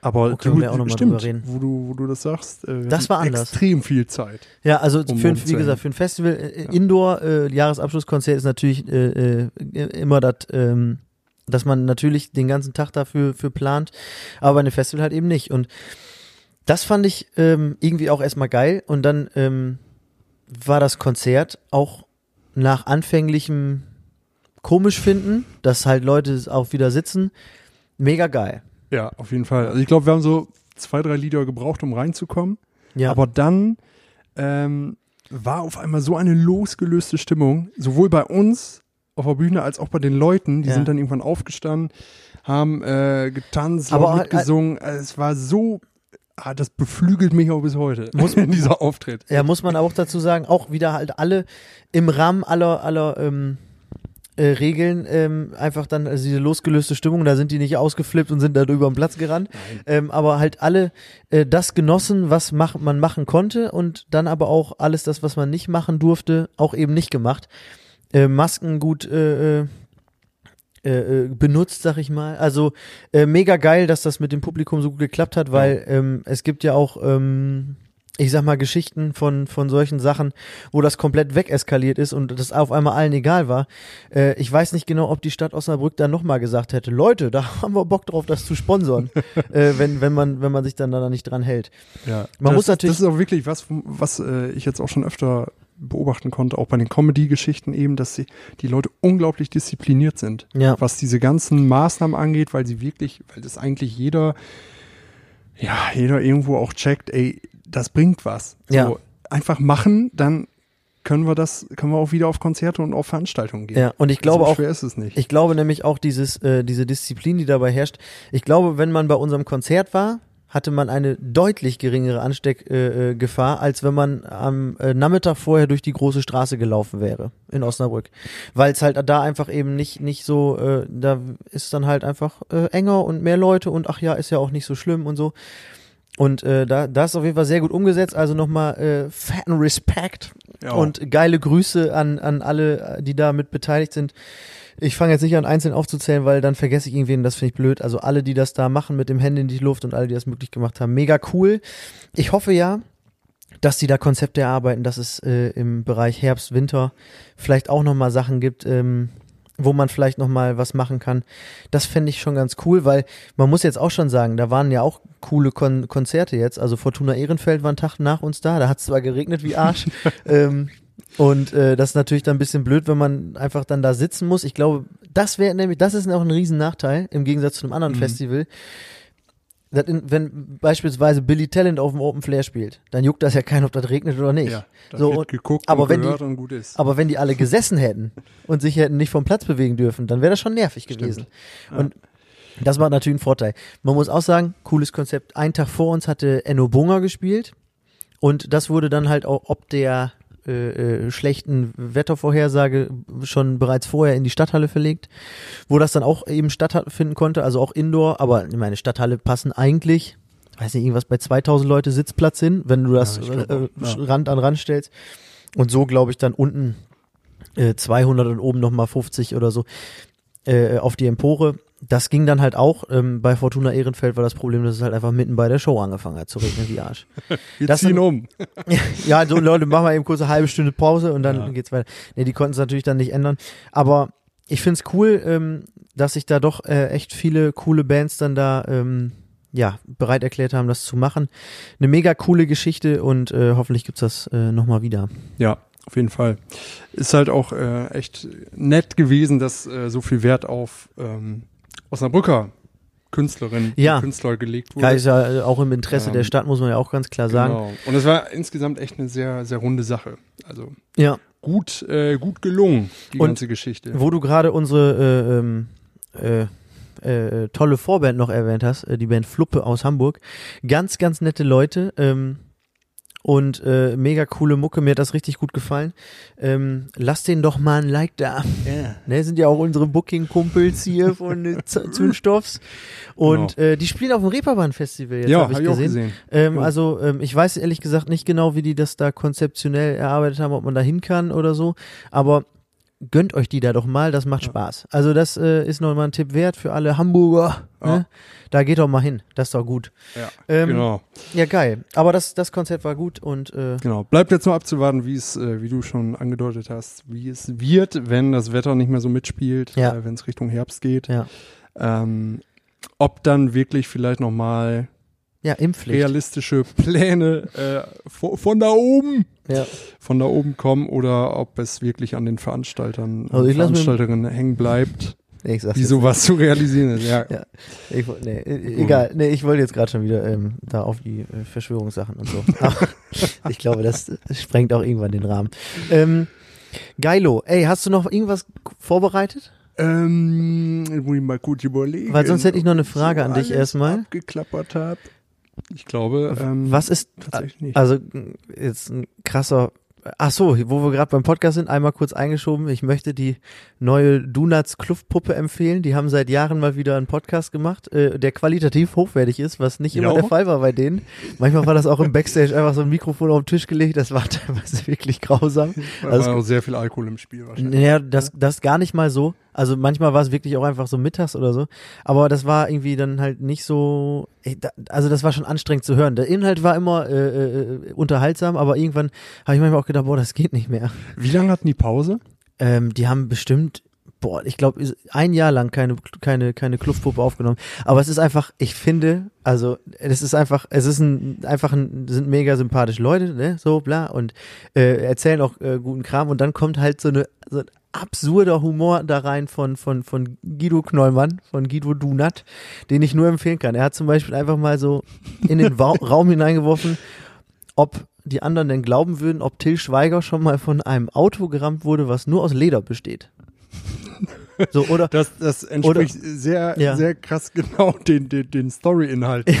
Aber
Oh, können wir auch noch mal drüber
stimmt,
reden.
Wo, du, wo du das sagst, äh, wir
Das
hatten
war anders.
extrem viel Zeit.
Ja, also
Um
für, ein- wie
umzuhängen.
gesagt, für ein Festival, äh, Indoor, äh, Jahresabschlusskonzert ist natürlich äh, äh, immer das, ähm, dass man natürlich den ganzen Tag dafür für plant, aber bei einem Festival halt eben nicht. Und das fand ich ähm, irgendwie auch erstmal geil. Und dann ähm, war das Konzert auch nach anfänglichem komisch finden, dass halt Leute auch wieder sitzen, mega geil.
Ja, auf jeden Fall. Also ich glaube, wir haben so zwei, drei Lieder gebraucht, um reinzukommen.
Ja,
Aber dann ähm, war auf einmal so eine losgelöste Stimmung, sowohl bei uns auf der Bühne als auch bei den Leuten. Die
Ja.
sind dann irgendwann aufgestanden, haben äh, getanzt,
Aber
haben
auch-
mitgesungen. Also es war so, ah, das beflügelt mich auch bis heute, Muss dieser Auftritt.
Ja, muss man aber auch dazu sagen, auch wieder halt alle im Rahmen aller, aller ähm, äh, Regeln ähm, einfach dann, also diese losgelöste Stimmung, da sind die nicht ausgeflippt und sind da über den Platz gerannt, ähm, aber halt alle äh, das genossen, was mach, man machen konnte und dann aber auch alles das, was man nicht machen durfte, auch eben nicht gemacht. Äh, Masken gut äh, äh, äh, äh, benutzt, sag ich mal. Also äh, mega geil, dass das mit dem Publikum so gut geklappt hat, weil ähm, es gibt ja auch, ähm, ich sag mal, Geschichten von, von solchen Sachen, wo das komplett wegeskaliert ist und das auf einmal allen egal war. Äh, ich weiß nicht genau, ob die Stadt Osnabrück dann nochmal gesagt hätte, Leute, da haben wir Bock drauf, das zu sponsern, äh, wenn, wenn, man, wenn man sich dann da nicht dran hält.
Ja.
Man
das,
muss natürlich-
Das ist auch wirklich was, was äh, ich jetzt auch schon öfter beobachten konnte, auch bei den Comedy-Geschichten eben, dass sie, die Leute unglaublich diszipliniert sind.
Ja.
was diese ganzen Maßnahmen angeht, weil sie wirklich, weil das eigentlich jeder, ja, jeder irgendwo auch checkt, ey, das bringt was.
Ja.
So, einfach machen, dann können wir das, können wir auch wieder auf Konzerte und auf Veranstaltungen gehen.
Ja, Also und ich glaube
so
auch,
schwer ist es nicht.
Ich glaube nämlich auch dieses, äh, diese Disziplin, die dabei herrscht. Ich glaube, wenn man bei unserem Konzert war, hatte man eine deutlich geringere Ansteckgefahr, äh, Gefahr, als wenn man am äh, Nachmittag vorher durch die große Straße gelaufen wäre in Osnabrück. Weil es halt da einfach eben nicht, nicht so, äh, da ist dann halt einfach äh, enger und mehr Leute und ach ja, ist ja auch nicht so schlimm und so. Und äh, da, das ist auf jeden Fall sehr gut umgesetzt. Also nochmal äh, fetten Respekt
Ja.
und geile Grüße an, an alle, die da mit beteiligt sind. Ich fange jetzt nicht an, einzeln aufzuzählen, weil dann vergesse ich irgendwen, das finde ich blöd. Also alle, die das da machen mit dem Hände in die Luft und alle, die das möglich gemacht haben, mega cool. Ich hoffe ja, dass die da Konzepte erarbeiten, dass es äh, im Bereich Herbst, Winter vielleicht auch nochmal Sachen gibt, ähm, wo man vielleicht nochmal was machen kann. Das fände ich schon ganz cool, weil man muss jetzt auch schon sagen, da waren ja auch coole Kon Konzerte jetzt. Also Fortuna Ehrenfeld war einen Tag nach uns da, da hat es zwar geregnet wie Arsch. ähm, und äh, das ist natürlich dann ein bisschen blöd, wenn man einfach dann da sitzen muss. Ich glaube, das wäre nämlich, das ist auch ein Riesennachteil im Gegensatz zu einem anderen
Mhm.
Festival. Das in, wenn beispielsweise Billy Talent auf dem Open Flair spielt, dann juckt das ja keinen, ob das regnet oder nicht.
ja, da
so,
wird
und-
geguckt
aber
und
wenn die-
gehört und gut ist.
aber wenn die alle gesessen hätten und sich hätten nicht vom Platz bewegen dürfen, dann wäre das schon nervig gewesen. Und das war natürlich ein Vorteil. Man muss auch sagen, cooles Konzept. Einen Tag vor uns hatte Enno Bunger gespielt und das wurde dann halt auch ob der äh, äh, schlechten Wettervorhersage schon bereits vorher in die Stadthalle verlegt, wo das dann auch eben stattfinden konnte, also auch Indoor, aber ich meine, Stadthalle passen eigentlich, weiß nicht, irgendwas bei 2000 Leute Sitzplatz hin, wenn du das
Ja, ich glaub
äh,
auch,
äh,
ja.
Rand an Rand stellst. Und so glaube ich dann unten äh, 200 und oben nochmal 50 oder so äh, auf die Empore. Das ging dann halt auch. Ähm, bei Fortuna Ehrenfeld war das Problem, dass es halt einfach mitten bei der Show angefangen hat zu regnen wie Arsch.
Wir
das
ziehen
sind-
um.
ja, so Leute, machen wir eben kurz eine halbe Stunde Pause und dann
Ja.
geht's weiter. Nee, die konnten es natürlich dann nicht ändern. Aber ich find's cool, ähm, dass sich da doch äh, echt viele coole Bands dann da ähm, ja, bereit erklärt haben, das zu machen. Eine mega coole Geschichte und äh, hoffentlich gibt's das äh, nochmal wieder.
Ja, auf jeden Fall. Ist halt auch äh, echt nett gewesen, dass äh, so viel Wert auf ähm, Osnabrücker Künstlerinnen
Ja.
und Künstler gelegt wurde.
Ja, ist ja äh, auch im Interesse
Ähm,
der Stadt, muss man ja auch ganz klar sagen.
Genau. Und es war insgesamt echt eine sehr, sehr runde Sache. Also
Ja,
gut, äh, gut gelungen, die
Und
ganze Geschichte.
wo du gerade unsere äh, ähm, äh, äh, tolle Vorband noch erwähnt hast, äh, die Band Fluppe aus Hamburg. Ganz, ganz nette Leute ähm, und äh, mega coole Mucke. Mir hat das richtig gut gefallen. Ähm, lasst denen doch mal ein Like da. Ne, sind ja auch unsere Booking-Kumpels hier von äh, Z- Zündstoffs. Und äh, die spielen auf dem Reeperbahn-Festival jetzt,
Genau. Ja,
habe ich,
hab ich auch
gesehen.
gesehen.
Ähm,
Ja.
Also ähm, ich weiß ehrlich gesagt nicht genau, wie die das da konzeptionell erarbeitet haben, ob man da hin kann oder so. Aber gönnt euch die da doch mal, das macht Spaß. Also das äh, ist nochmal ein Tipp wert für alle Hamburger.
Ja.
Ne? Da geht doch mal hin, das ist doch gut.
Ja,
Ähm,
genau.
Ja, geil. Aber das, das Konzept war gut und äh,
Genau. Bleibt jetzt nur abzuwarten, wie es, äh, wie du schon angedeutet hast, wie es wird, wenn das Wetter nicht mehr so mitspielt,
Ja.
äh, wenn es Richtung Herbst geht.
ja.
Ähm, ob dann wirklich vielleicht nochmal
Ja, Impfpflicht.
realistische Pläne äh, vo- von da oben
Ja.
von da oben kommen oder ob es wirklich an den Veranstaltern
Also ich lass mir-
Veranstalterinnen hängen bleibt,
Ich sag's
wie
jetzt.
sowas zu realisieren ist. Ja.
Ja. Ich, woll- nee, e- egal. Nee, ich wollte jetzt gerade schon wieder ähm, da auf die äh, Verschwörungssachen und so. Aber ich glaube, das sprengt auch irgendwann den Rahmen. Ähm, Geilo, ey, hast du noch irgendwas k- vorbereitet?
Ähm, ich muss ich mal gut überlegen.
Weil sonst hätte ich noch eine Frage
ob
an dich
Ähm, alles
erstmal.
Abgeklappert habe. Ich glaube, ähm,
Was ist,
Tatsächlich nicht.
also m, jetzt ein krasser, ach so, wo wir gerade beim Podcast sind, einmal kurz eingeschoben. Ich möchte die neue Donuts Kluftpuppe empfehlen. Die haben seit Jahren mal wieder einen Podcast gemacht, äh, der qualitativ hochwertig ist, was nicht immer
Ja.
der Fall war bei denen. Manchmal war das auch im Backstage einfach so ein Mikrofon auf den Tisch gelegt. Das war teilweise wirklich grausam.
da
Also,
war auch sehr viel Alkohol im Spiel wahrscheinlich.
naja, das, das gar nicht mal so. Also manchmal war es wirklich auch einfach so mittags oder so. Aber das war irgendwie dann halt nicht so. ich- da- Also das war schon anstrengend zu hören. Der Inhalt war immer äh, äh, unterhaltsam, aber irgendwann habe ich manchmal auch gedacht, boah, das geht nicht mehr.
Wie lange hatten die Pause?
Ähm, die haben bestimmt, boah, ich glaube, ein Jahr lang keine, keine, keine Kluftpuppe aufgenommen. Aber es ist einfach, ich finde, also es ist einfach, es ist ein, einfach ein, sind mega sympathische Leute, ne, so bla und äh, erzählen auch äh, guten Kram und dann kommt halt so eine so ein absurder Humor da rein von von von Guido Knollmann, von Guido Dunat, den ich nur empfehlen kann. Er hat zum Beispiel einfach mal so in den Wa Raum hineingeworfen, ob die anderen denn glauben würden, ob Till Schweiger schon mal von einem Auto gerammt wurde, was nur aus Leder besteht. So, oder?
Das, das entspricht sehr,
Ja.
sehr krass genau den, den, den Story-Inhalten,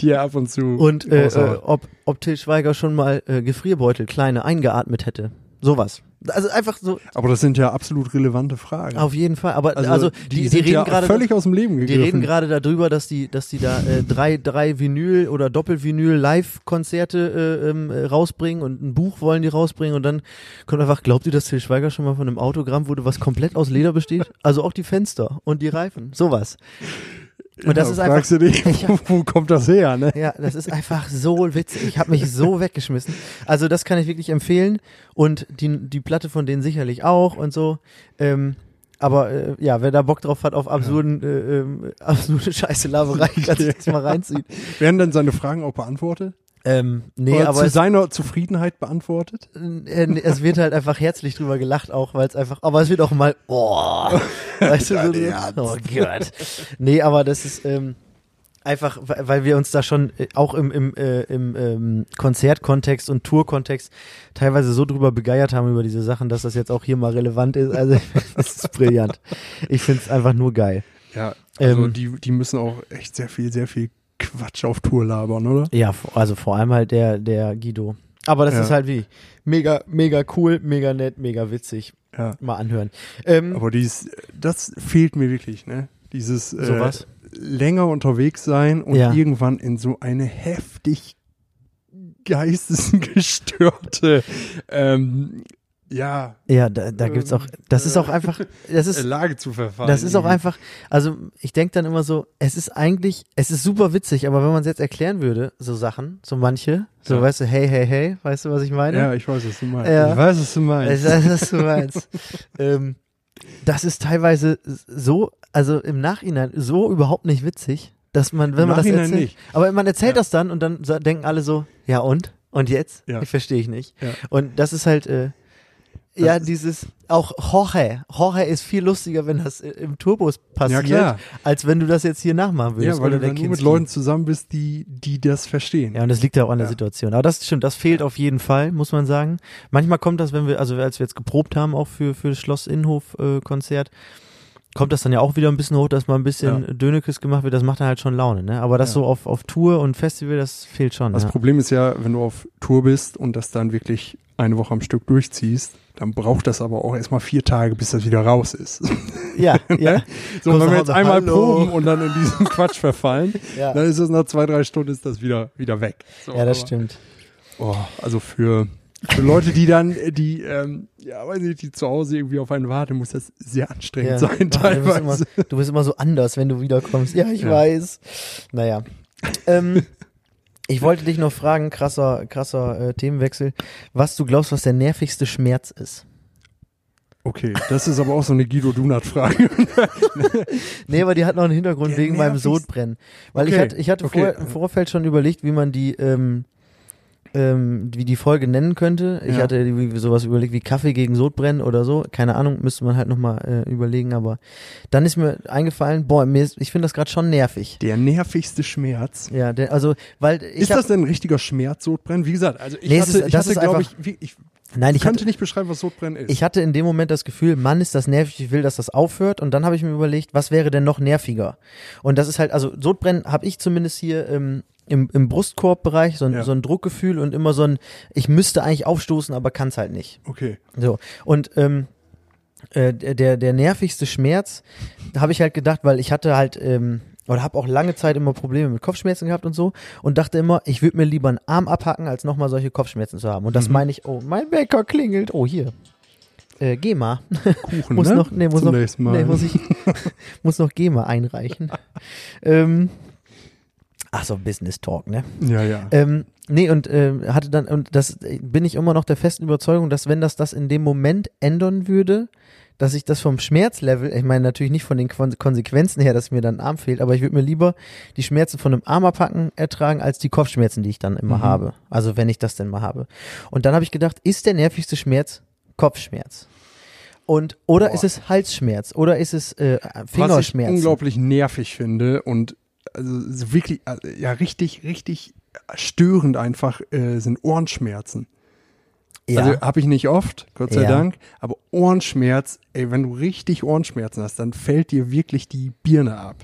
die er ab und zu
Und äh, äh,
raushaut.
ob, ob Till Schweiger schon mal äh, Gefrierbeutel, kleine, eingeatmet hätte. Sowas. Also einfach so,
Aber das sind ja absolut relevante Fragen.
auf jeden Fall. Aber also, die, die,
sind
reden
ja
gerade.
völlig aus dem Leben
Die
gegriffen.
reden gerade darüber, dass die, dass die da äh, drei, drei Vinyl- oder Doppelvinyl-Live-Konzerte äh, ähm, äh, rausbringen und ein Buch wollen die rausbringen und dann kommt einfach, glaubt ihr, dass Till Schweiger schon mal von einem Autogramm wurde, was komplett aus Leder besteht? Also auch die Fenster und die Reifen, sowas. Und das
ja,
ist einfach,
fragst du dich, wo, wo kommt das her? Ne?
ja, das ist einfach so witzig. Ich habe mich so weggeschmissen. Also das kann ich wirklich empfehlen und die, die Platte von denen sicherlich auch und so. Ähm, aber äh, ja, wer da Bock drauf hat auf absurden, äh, ähm, absurde scheiße Laberei, kann sich das mal reinziehen.
Werden dann seine Fragen auch beantwortet?
Ähm, nee,
Oder
aber
zu
es,
seiner Zufriedenheit beantwortet?
äh, nee, es wird halt einfach herzlich drüber gelacht auch, weil es einfach, aber es wird auch mal, oh, weißt du,
Dein
so, oh Gott. Nee, aber das ist, ähm, einfach, we- weil wir uns da schon äh, auch im, im, äh, im ähm, Konzertkontext und Tourkontext teilweise so drüber begeiert haben über diese Sachen, dass das jetzt auch hier mal relevant ist. Also, das ist brillant. Ich find's einfach nur geil.
Ja, also
Ähm.
die, die müssen auch echt sehr viel, sehr viel Quatsch auf Tour labern, oder?
Ja, v- also vor allem halt der, der Guido. Aber das
Ja.
ist halt wie mega, mega cool, mega nett, mega witzig.
Ja.
Mal anhören. Ähm,
Aber dieses, das fehlt mir wirklich, ne? Dieses äh,
Sowas?
länger unterwegs sein und
Ja.
irgendwann in so eine heftig geistesgestörte, ähm, ja,
ja, da, da gibt's auch, das ist auch einfach, das
äh,
ist,
Lage zu verfallen.
das ist auch
irgendwie.
einfach, also ich denk dann immer so, es ist eigentlich, es ist super witzig, aber wenn man es jetzt erklären würde, so Sachen, so manche, so
Ja.
weißt du, hey, hey, hey, weißt du, was ich meine?
Ja, ich weiß, was du meinst.
Ja.
Ich weiß, was du
Ich
meinst.
weiß, was du meinst. ähm, das ist teilweise so, also im Nachhinein so überhaupt nicht witzig, dass man, wenn
Im
man das
Nachhinein
erzählt,
nicht.
aber man erzählt
Ja.
das dann und dann sa- denken alle so, ja und? Und jetzt?
Ja.
Ich verstehe ich nicht.
Ja.
Und das ist halt, äh, ja,
ist-
dieses, auch Jorge. Jorge ist viel lustiger, wenn das äh, im Turbos passiert,
klar.
als wenn du das jetzt hier nachmachen würdest.
Ja, weil
oder
du dann
der
nur mit
Kinski.
Leuten zusammen bist, die, die das verstehen.
Ja, und das liegt ja auch an der
Ja.
Situation. Aber das stimmt, das fehlt auf jeden Fall, muss man sagen. Manchmal kommt das, wenn wir, also als wir jetzt geprobt haben, auch für, für das Schloss Innenhof äh, Konzert, kommt das dann ja auch wieder ein bisschen hoch, dass mal ein bisschen
Ja.
Dönekes gemacht wird. Das macht dann halt schon Laune, ne? Aber das
Ja.
so auf, auf Tour und Festival, das fehlt schon.
Das
ja.
Problem ist ja, wenn du auf Tour bist und das dann wirklich eine Woche am Stück durchziehst, dann braucht das aber auch erstmal vier Tage, bis das wieder raus ist. Ne?
Ja, ja.
So,
Kommst
wenn
nach
wir jetzt
Hause,
einmal
"Hallo."
proben und dann in diesen Quatsch verfallen,
Ja.
dann ist es nach zwei, drei Stunden ist das wieder, wieder weg. So,
ja, das
aber-
stimmt.
Oh, also für, für Leute, die dann, äh, die, ähm, ja, weiß nicht, die zu Hause irgendwie auf einen warten, muss das sehr anstrengend
Ja.
sein,
Ah, du, bist
teilweise.
immer, du bist immer so anders, wenn du wiederkommst. Ja, ich
Ja.
weiß. Naja. Ähm, ich wollte dich noch fragen, krasser, krasser äh, Themenwechsel, was du glaubst, was der nervigste Schmerz ist.
Okay, das ist aber auch so eine Guido Dunat-Frage.
Nee, aber die hat noch einen Hintergrund
Der
wegen meinem
nervigste-
Sodbrennen. Weil ich
Okay,
hatte, ich hatte
okay.
vor, im Vorfeld schon überlegt, wie man die, ähm, ähm, wie die Folge nennen könnte. Ich
Ja.
hatte irgendwie sowas überlegt wie Kaffee gegen Sodbrennen oder so. Keine Ahnung, müsste man halt nochmal äh, überlegen. Aber dann ist mir eingefallen, boah, mir ist, ich finde das gerade schon nervig.
Der nervigste Schmerz.
Ja, der, also, weil ich
Ist
hab,
das denn ein richtiger Schmerz, Sodbrennen? Wie gesagt, also ich
Nee, es
hatte,
ist-
ich
das
hatte
ist
glaube ich,
einfach-
wie, ich
nein, ich
könnte
hatte,
nicht beschreiben, was Sodbrennen ist.
ich hatte in dem Moment das Gefühl, Mann, ist das nervig, ich will, dass das aufhört. Und dann habe ich mir überlegt, was wäre denn noch nerviger? Und das ist halt, also Sodbrennen habe ich zumindest hier ähm, im, im Brustkorbbereich, so ein,
Ja.
so ein Druckgefühl und immer so ein, ich müsste eigentlich aufstoßen, aber kann es halt nicht.
okay.
So, und ähm, äh, der, der nervigste Schmerz, da habe ich halt gedacht, weil ich hatte halt, ähm, oder habe auch lange Zeit immer Probleme mit Kopfschmerzen gehabt und so und dachte immer, ich würde mir lieber einen Arm abhacken, als nochmal solche Kopfschmerzen zu haben. Und
Mhm.
das meine ich, oh, mein Wecker klingelt, oh hier. Äh, GEMA.
Kuchen,
muss
ne?
noch, nee, muss
Zum
noch,
nächsten Mal.
nee, muss ich, muss noch GEMA einreichen. ähm, ach so, Business Talk, ne?
ja, ja.
Ähm, nee, und ähm, hatte dann, und das äh, bin ich immer noch der festen Überzeugung, dass wenn das das in dem Moment ändern würde, dass ich das vom Schmerzlevel, ich meine natürlich nicht von den Kon Konsequenzen her, dass mir dann ein Arm fehlt, aber ich würde mir lieber die Schmerzen von einem Arm abhacken ertragen, als die Kopfschmerzen, die ich dann immer
Mhm.
habe. Also wenn ich das denn mal habe. Und dann habe ich gedacht, ist der nervigste Schmerz Kopfschmerz? Und, oder
Boah.
ist es Halsschmerz? Oder ist es äh,
was ich
Fingerschmerz?
unglaublich nervig finde und also so wirklich, also, ja, richtig, richtig störend einfach äh, sind Ohrenschmerzen.
ja.
Also habe ich nicht oft, Gott sei
Ja.
Dank, aber Ohrenschmerz, ey, wenn du richtig Ohrenschmerzen hast, dann fällt dir wirklich die Birne ab.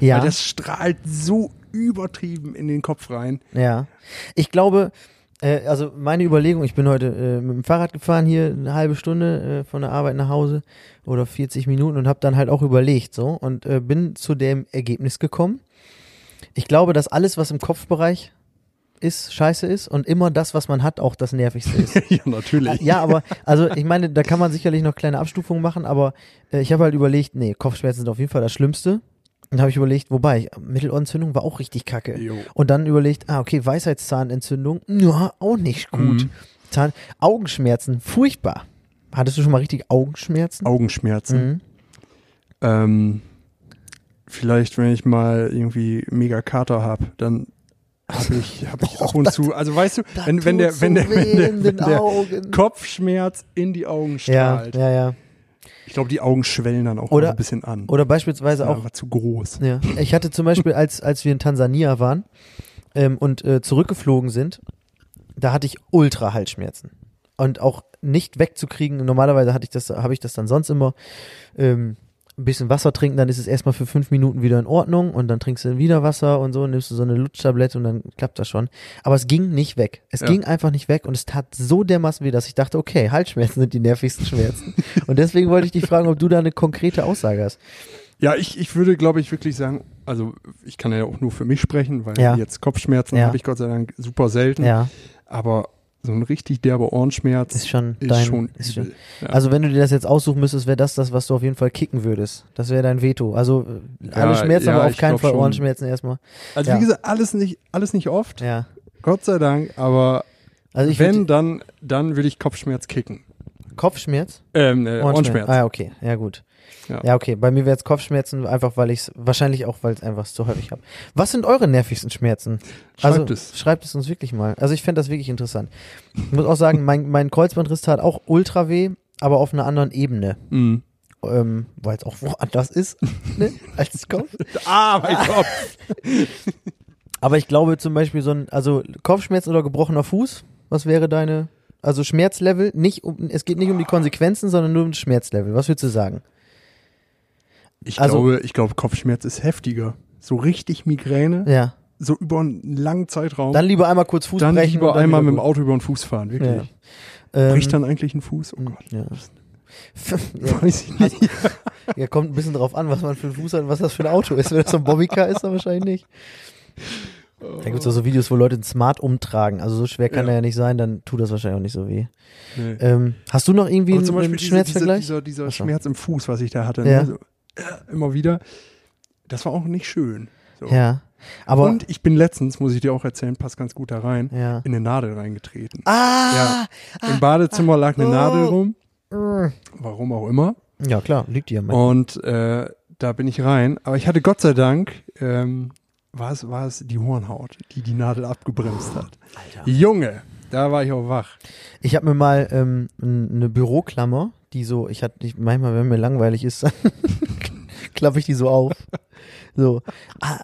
ja.
Weil das strahlt so übertrieben in den Kopf rein.
Ja. Ich glaube, äh, also meine Überlegung, ich bin heute äh, mit dem Fahrrad gefahren hier eine halbe Stunde äh, von der Arbeit nach Hause oder 40 Minuten und habe dann halt auch überlegt so und äh, bin zu dem Ergebnis gekommen. Ich glaube, dass alles, was im Kopfbereich ist, scheiße ist und immer das, was man hat, auch das nervigste ist.
ja, natürlich.
Äh, Ja, aber also ich meine, da kann man sicherlich noch kleine Abstufungen machen, aber äh, ich habe halt überlegt, nee, Kopfschmerzen sind auf jeden Fall das Schlimmste. Und habe ich überlegt, wobei, Mittelohrentzündung war auch richtig kacke.
Jo.
Und dann überlegt, ah, okay, Weisheitszahnentzündung, ja, auch nicht gut.
Mhm.
Zahn Augenschmerzen, furchtbar. Hattest du schon mal richtig Augenschmerzen?
Augenschmerzen.
Mhm.
Ähm, vielleicht, wenn ich mal irgendwie mega Kater habe, dann
Also,
habe ich, hab ich ab und zu, also weißt du,
Da
wenn, wenn,
tut's
der, wenn,
so
der,
weh
wenn, der,
in
wenn
den
der
Augen.
Kopfschmerz in die Augen
Ja,
strahlt,
ja, ja.
ich glaube, die Augen schwellen dann auch
Oder-
mal ein bisschen an.
Oder beispielsweise
ja,
auch
einfach zu groß.
Ja, ich hatte zum Beispiel, als, als wir in Tansania waren ähm, und äh, zurückgeflogen sind, da hatte ich ultra Halsschmerzen. Und auch nicht wegzukriegen. Normalerweise hatte ich das, habe ich das dann sonst immer. Ähm, ein bisschen Wasser trinken, dann ist es erstmal für fünf Minuten wieder in Ordnung und dann trinkst du wieder Wasser und so, und nimmst du so eine Lutschtablette und dann klappt das schon. Aber es ging nicht weg. Es
Ja.
ging einfach nicht weg und es tat so dermaßen weh, dass ich dachte, okay, Halsschmerzen sind die nervigsten Schmerzen. und deswegen wollte ich dich fragen, ob du da eine konkrete Aussage hast.
Ja, ich, ich würde, glaube ich, wirklich sagen, also ich kann ja auch nur für mich sprechen, weil
Ja.
jetzt Kopfschmerzen
Ja.
habe ich Gott sei Dank super selten.
Ja,
Aber so ein richtig derber Ohrenschmerz
ist
ist,
schon dein.
schon
ist schon
übel. Ja.
Also wenn du dir das jetzt aussuchen müsstest, wäre das das, was du auf jeden Fall kicken würdest. Das wäre dein Veto. Also äh, alle
Ja,
Schmerzen,
ja,
aber auf
ich
keinen
glaub
Fall
schon.
Ohrenschmerzen erstmal.
also
ja.
wie gesagt, alles nicht, alles nicht oft,
Ja.
Gott sei Dank, aber
Also ich
wenn,
würde
dann, dann würde ich Kopfschmerz kicken.
Kopfschmerz,
Ähm, äh, Ohrenschmerz.
Ah, okay. Ja, gut. Ja,
Ja.
okay. Bei mir wäre es Kopfschmerzen, einfach weil ich es, wahrscheinlich auch, weil es einfach zu häufig habe. Was sind eure nervigsten Schmerzen?
Schreibt
also,
es.
Schreibt es uns wirklich mal. Also ich fände das wirklich interessant. Ich muss auch sagen, mein, mein Kreuzbandriss tat auch ultra weh, aber auf einer anderen Ebene.
Mhm.
Ähm, weil es auch woanders ist, ne, als Kopf.
Ah, mein Kopf.
Aber ich glaube zum Beispiel so ein, also Kopfschmerz oder gebrochener Fuß, was wäre deine, also Schmerzlevel, nicht um, es geht nicht um die Konsequenzen, sondern nur um das Schmerzlevel. Was würdest du sagen?
Ich
Also-
glaube, ich glaube, Kopfschmerz ist heftiger. So richtig Migräne,
Ja.
so über einen langen Zeitraum.
Dann lieber einmal kurz Fuß
dann
brechen.
lieber
und dann
einmal mit dem
wieder
Auto über den Fuß fahren,
gut.
wirklich.
Ja.
Bricht
Ähm,
dann eigentlich ein Fuß? Oh Gott.
ja. ja.
Weiß ich nicht.
ja, kommt ein bisschen drauf an, was man für einen Fuß hat und was das für ein Auto ist. Wenn das so ein Bobbycar ist, dann wahrscheinlich nicht. Da gibt es auch so Videos, wo Leute ein Smart umtragen. Also so schwer kann
Ja.
er ja nicht sein, dann tut das wahrscheinlich auch nicht so weh.
Nee.
Ähm, hast du noch irgendwie
Aber
einen,
zum Beispiel
einen
diese, diese,
Schmerzvergleich?
dieser, dieser
Ach so.
Schmerz im Fuß, was ich da hatte,
Ja.
ne? so, äh, immer wieder, das war auch nicht schön. So.
ja. Aber.
Und ich bin letztens, muss ich dir auch erzählen, passt ganz gut da rein,
ja.
in eine Nadel reingetreten.
Ah!
Im Badezimmer lag eine
oh.
Nadel rum,
Ja.
warum auch immer.
ja, klar, liegt dir am Ende.
Und äh, da bin ich rein. Aber ich hatte Gott sei Dank, ähm, war, es, war es die Hornhaut, die die Nadel abgebremst hat.
Alter.
Junge, da war ich auch wach.
Ich habe mir mal ähm, n- eine Büroklammer, die so, ich hatte, ich, manchmal, wenn mir langweilig ist, dann klappe ich die so auf. So. Ah,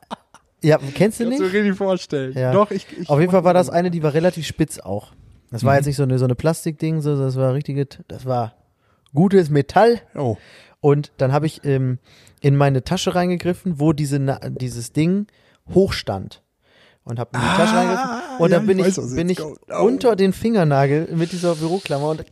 ja, kennst du
Kannst du
nicht?
dir richtig vorstellen.
Ja.
Doch, ich, ich Mhm.
Auf jeden Fall war das eine, die war relativ spitz auch. Das war jetzt nicht so eine, so eine Plastikding, so, das war richtige, das war gutes Metall.
Oh,
Und dann habe ich ähm, in meine Tasche reingegriffen, wo diese, Na- dieses Ding hochstand. Und habe in die Tasche reingegriffen. Und
Ah, ja,
dann bin
ich
ich,
weiß, was
bin
jetzt
ich
kommt. Au.
unter den Fingernagel mit dieser Büroklammer und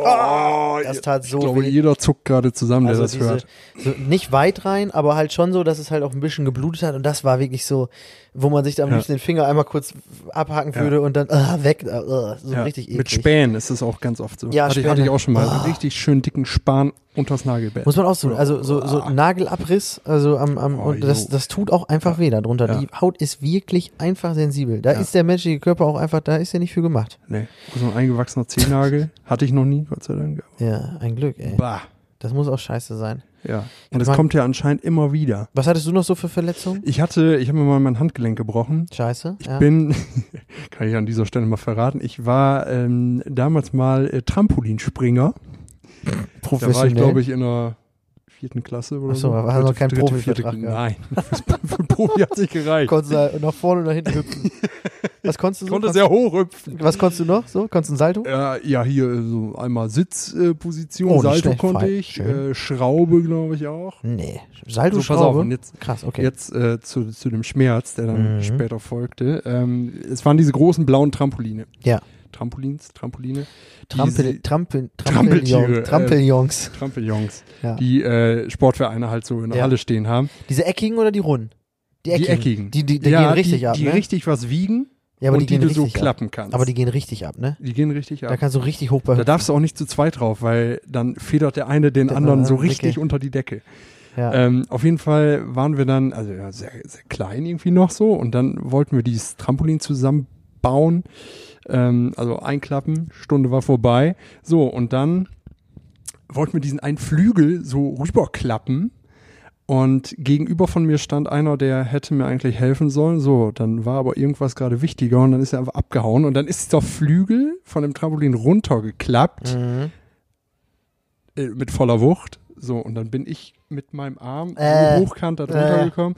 oh
das tat
Ich
so
glaube,
weh.
jeder zuckt gerade zusammen, der das hört.
also so nicht weit rein, aber halt schon so, dass es halt auch ein bisschen geblutet hat. Und das war wirklich so, wo man sich da am
Ja.
liebsten den Finger einmal kurz abhaken
Ja.
würde und dann ah, weg. ah, ah, so
Ja.
richtig
Mit
eklig.
Spänen ist es auch ganz oft so.
Ja,
hatte, ich,
Späne.
hatte ich auch schon mal.
Ah.
Einen richtig schönen dicken Span unters Nagelbett.
Muss man auch so, also so, so
Ah.
Nagelabriss, also am, am
Oh,
und das,
jo.
das tut auch einfach weh darunter.
Ja.
Die Haut ist wirklich einfach sensibel. Da
Ja.
ist der menschliche Körper auch einfach, da ist ja nicht viel gemacht.
nee, so ein eingewachsener Zehennagel hatte ich noch nie, Gott sei Dank.
Ja, ein Glück, ey.
Bah.
Das muss auch scheiße sein.
Ja. Und es
man-
kommt ja anscheinend immer wieder.
Was hattest du noch so für Verletzungen?
Ich hatte, ich habe mir mal mein Handgelenk gebrochen.
Scheiße.
Ich
ja.
bin, kann ich an dieser Stelle mal verraten, ich war ähm, damals mal äh, Trampolinspringer. Da war ich, glaube ich, in der vierten Klasse oder
Ach so,
so.
aber hast du noch keinen
Dritte, vierte-
Profivertrag
Nein, fürs, für den Profi hat sich gereicht.
Konntest du nach vorne und nach hinten hüpfen. Was konntest du
Ich
so?
konnte sehr hoch hüpfen.
was konntest du noch? So? Konntest du ein Salto?
Ja, ja, hier so einmal Sitzposition, äh, Position,
Oh, nicht
Salto
schlecht,
konnte
fein,
ich,
schön.
äh, Schraube glaube ich auch.
Nee. Salto,
So, Also, pass auf,
Schraube?
und jetzt,
Krass, okay.
jetzt äh, zu, zu dem Schmerz, der dann
Mhm.
später folgte. Ähm, es waren diese großen blauen Trampoline.
Ja.
Trampolins, Trampoline,
Trampel,
die-
Trampel, Trampeljungs.
Trampeltiere, äh,
Trampeljungs.
Trampeljungs,
Ja.
die äh, Sportvereine halt so in der
Ja.
Halle stehen haben.
Diese eckigen oder die runden? Die
Die
eckigen.
eckigen.
Die, die, die
ja,
gehen richtig
die,
ab,
Die
ne?
richtig was wiegen
ja, aber
und
die, gehen
du
richtig
so
ab.
klappen kannst.
Aber die gehen richtig ab, ne?
die gehen richtig
Da
ab.
kannst du richtig hoch bei
Da darfst du auch nicht zu zweit drauf, weil dann federt der eine den
Der
anderen so
andere,
richtig
okay.
unter die Decke.
ja.
Ähm, auf jeden Fall waren wir dann, also ja, sehr, sehr klein irgendwie noch so, und dann wollten wir dieses Trampolin zusammenbauen, ähm, also einklappen, Stunde war vorbei. So, und dann wollten wir diesen einen Flügel so rüberklappen. Und gegenüber von mir stand einer, der hätte mir eigentlich helfen sollen. So, dann war aber irgendwas gerade wichtiger und dann ist er einfach abgehauen. Und dann ist dieser Flügel von dem Trampolin runtergeklappt
Mhm.
äh, mit voller Wucht. So, und dann bin ich mit meinem Arm
Äh,
so hochkant da drunter
äh.
gekommen.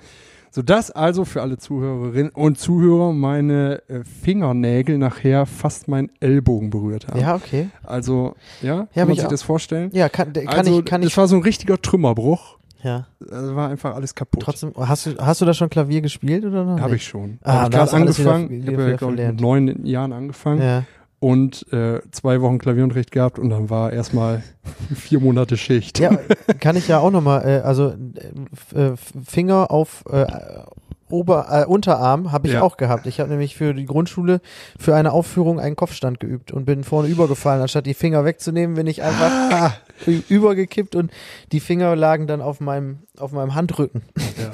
So, dass also für alle Zuhörerinnen und Zuhörer meine äh, Fingernägel nachher fast meinen Ellbogen berührt haben.
ja, okay.
Also,
Ja,
ja, kann man
mich
sich
auch.
das vorstellen?
Ja, kann, der- kann
also,
ich, kann
das
ich.
war so ein richtiger Trümmerbruch.
Ja.
Also war einfach alles kaputt.
Trotzdem, hast du, hast du da schon Klavier gespielt oder noch?
Habe
nicht?
ich schon.
Ah,
Hab ich
da
gerade
hast du alles wieder-
angefangen.
wieder-
ich habe ja,
wieder
glaube ich, mit
verlernt.
neun Jahren angefangen
Ja.
und äh, zwei Wochen Klavierunterricht gehabt und dann war erstmal vier Monate Schicht.
Ja, kann ich ja auch nochmal, äh, also äh, f- äh, Finger auf äh, Ober, äh, Unterarm habe ich
Ja.
auch gehabt. Ich habe nämlich für die Grundschule für eine Aufführung einen Kopfstand geübt und bin vorne übergefallen. Anstatt die Finger wegzunehmen, bin ich
Ah.
einfach ü- übergekippt und die Finger lagen dann auf meinem, auf meinem Handrücken.
Ja.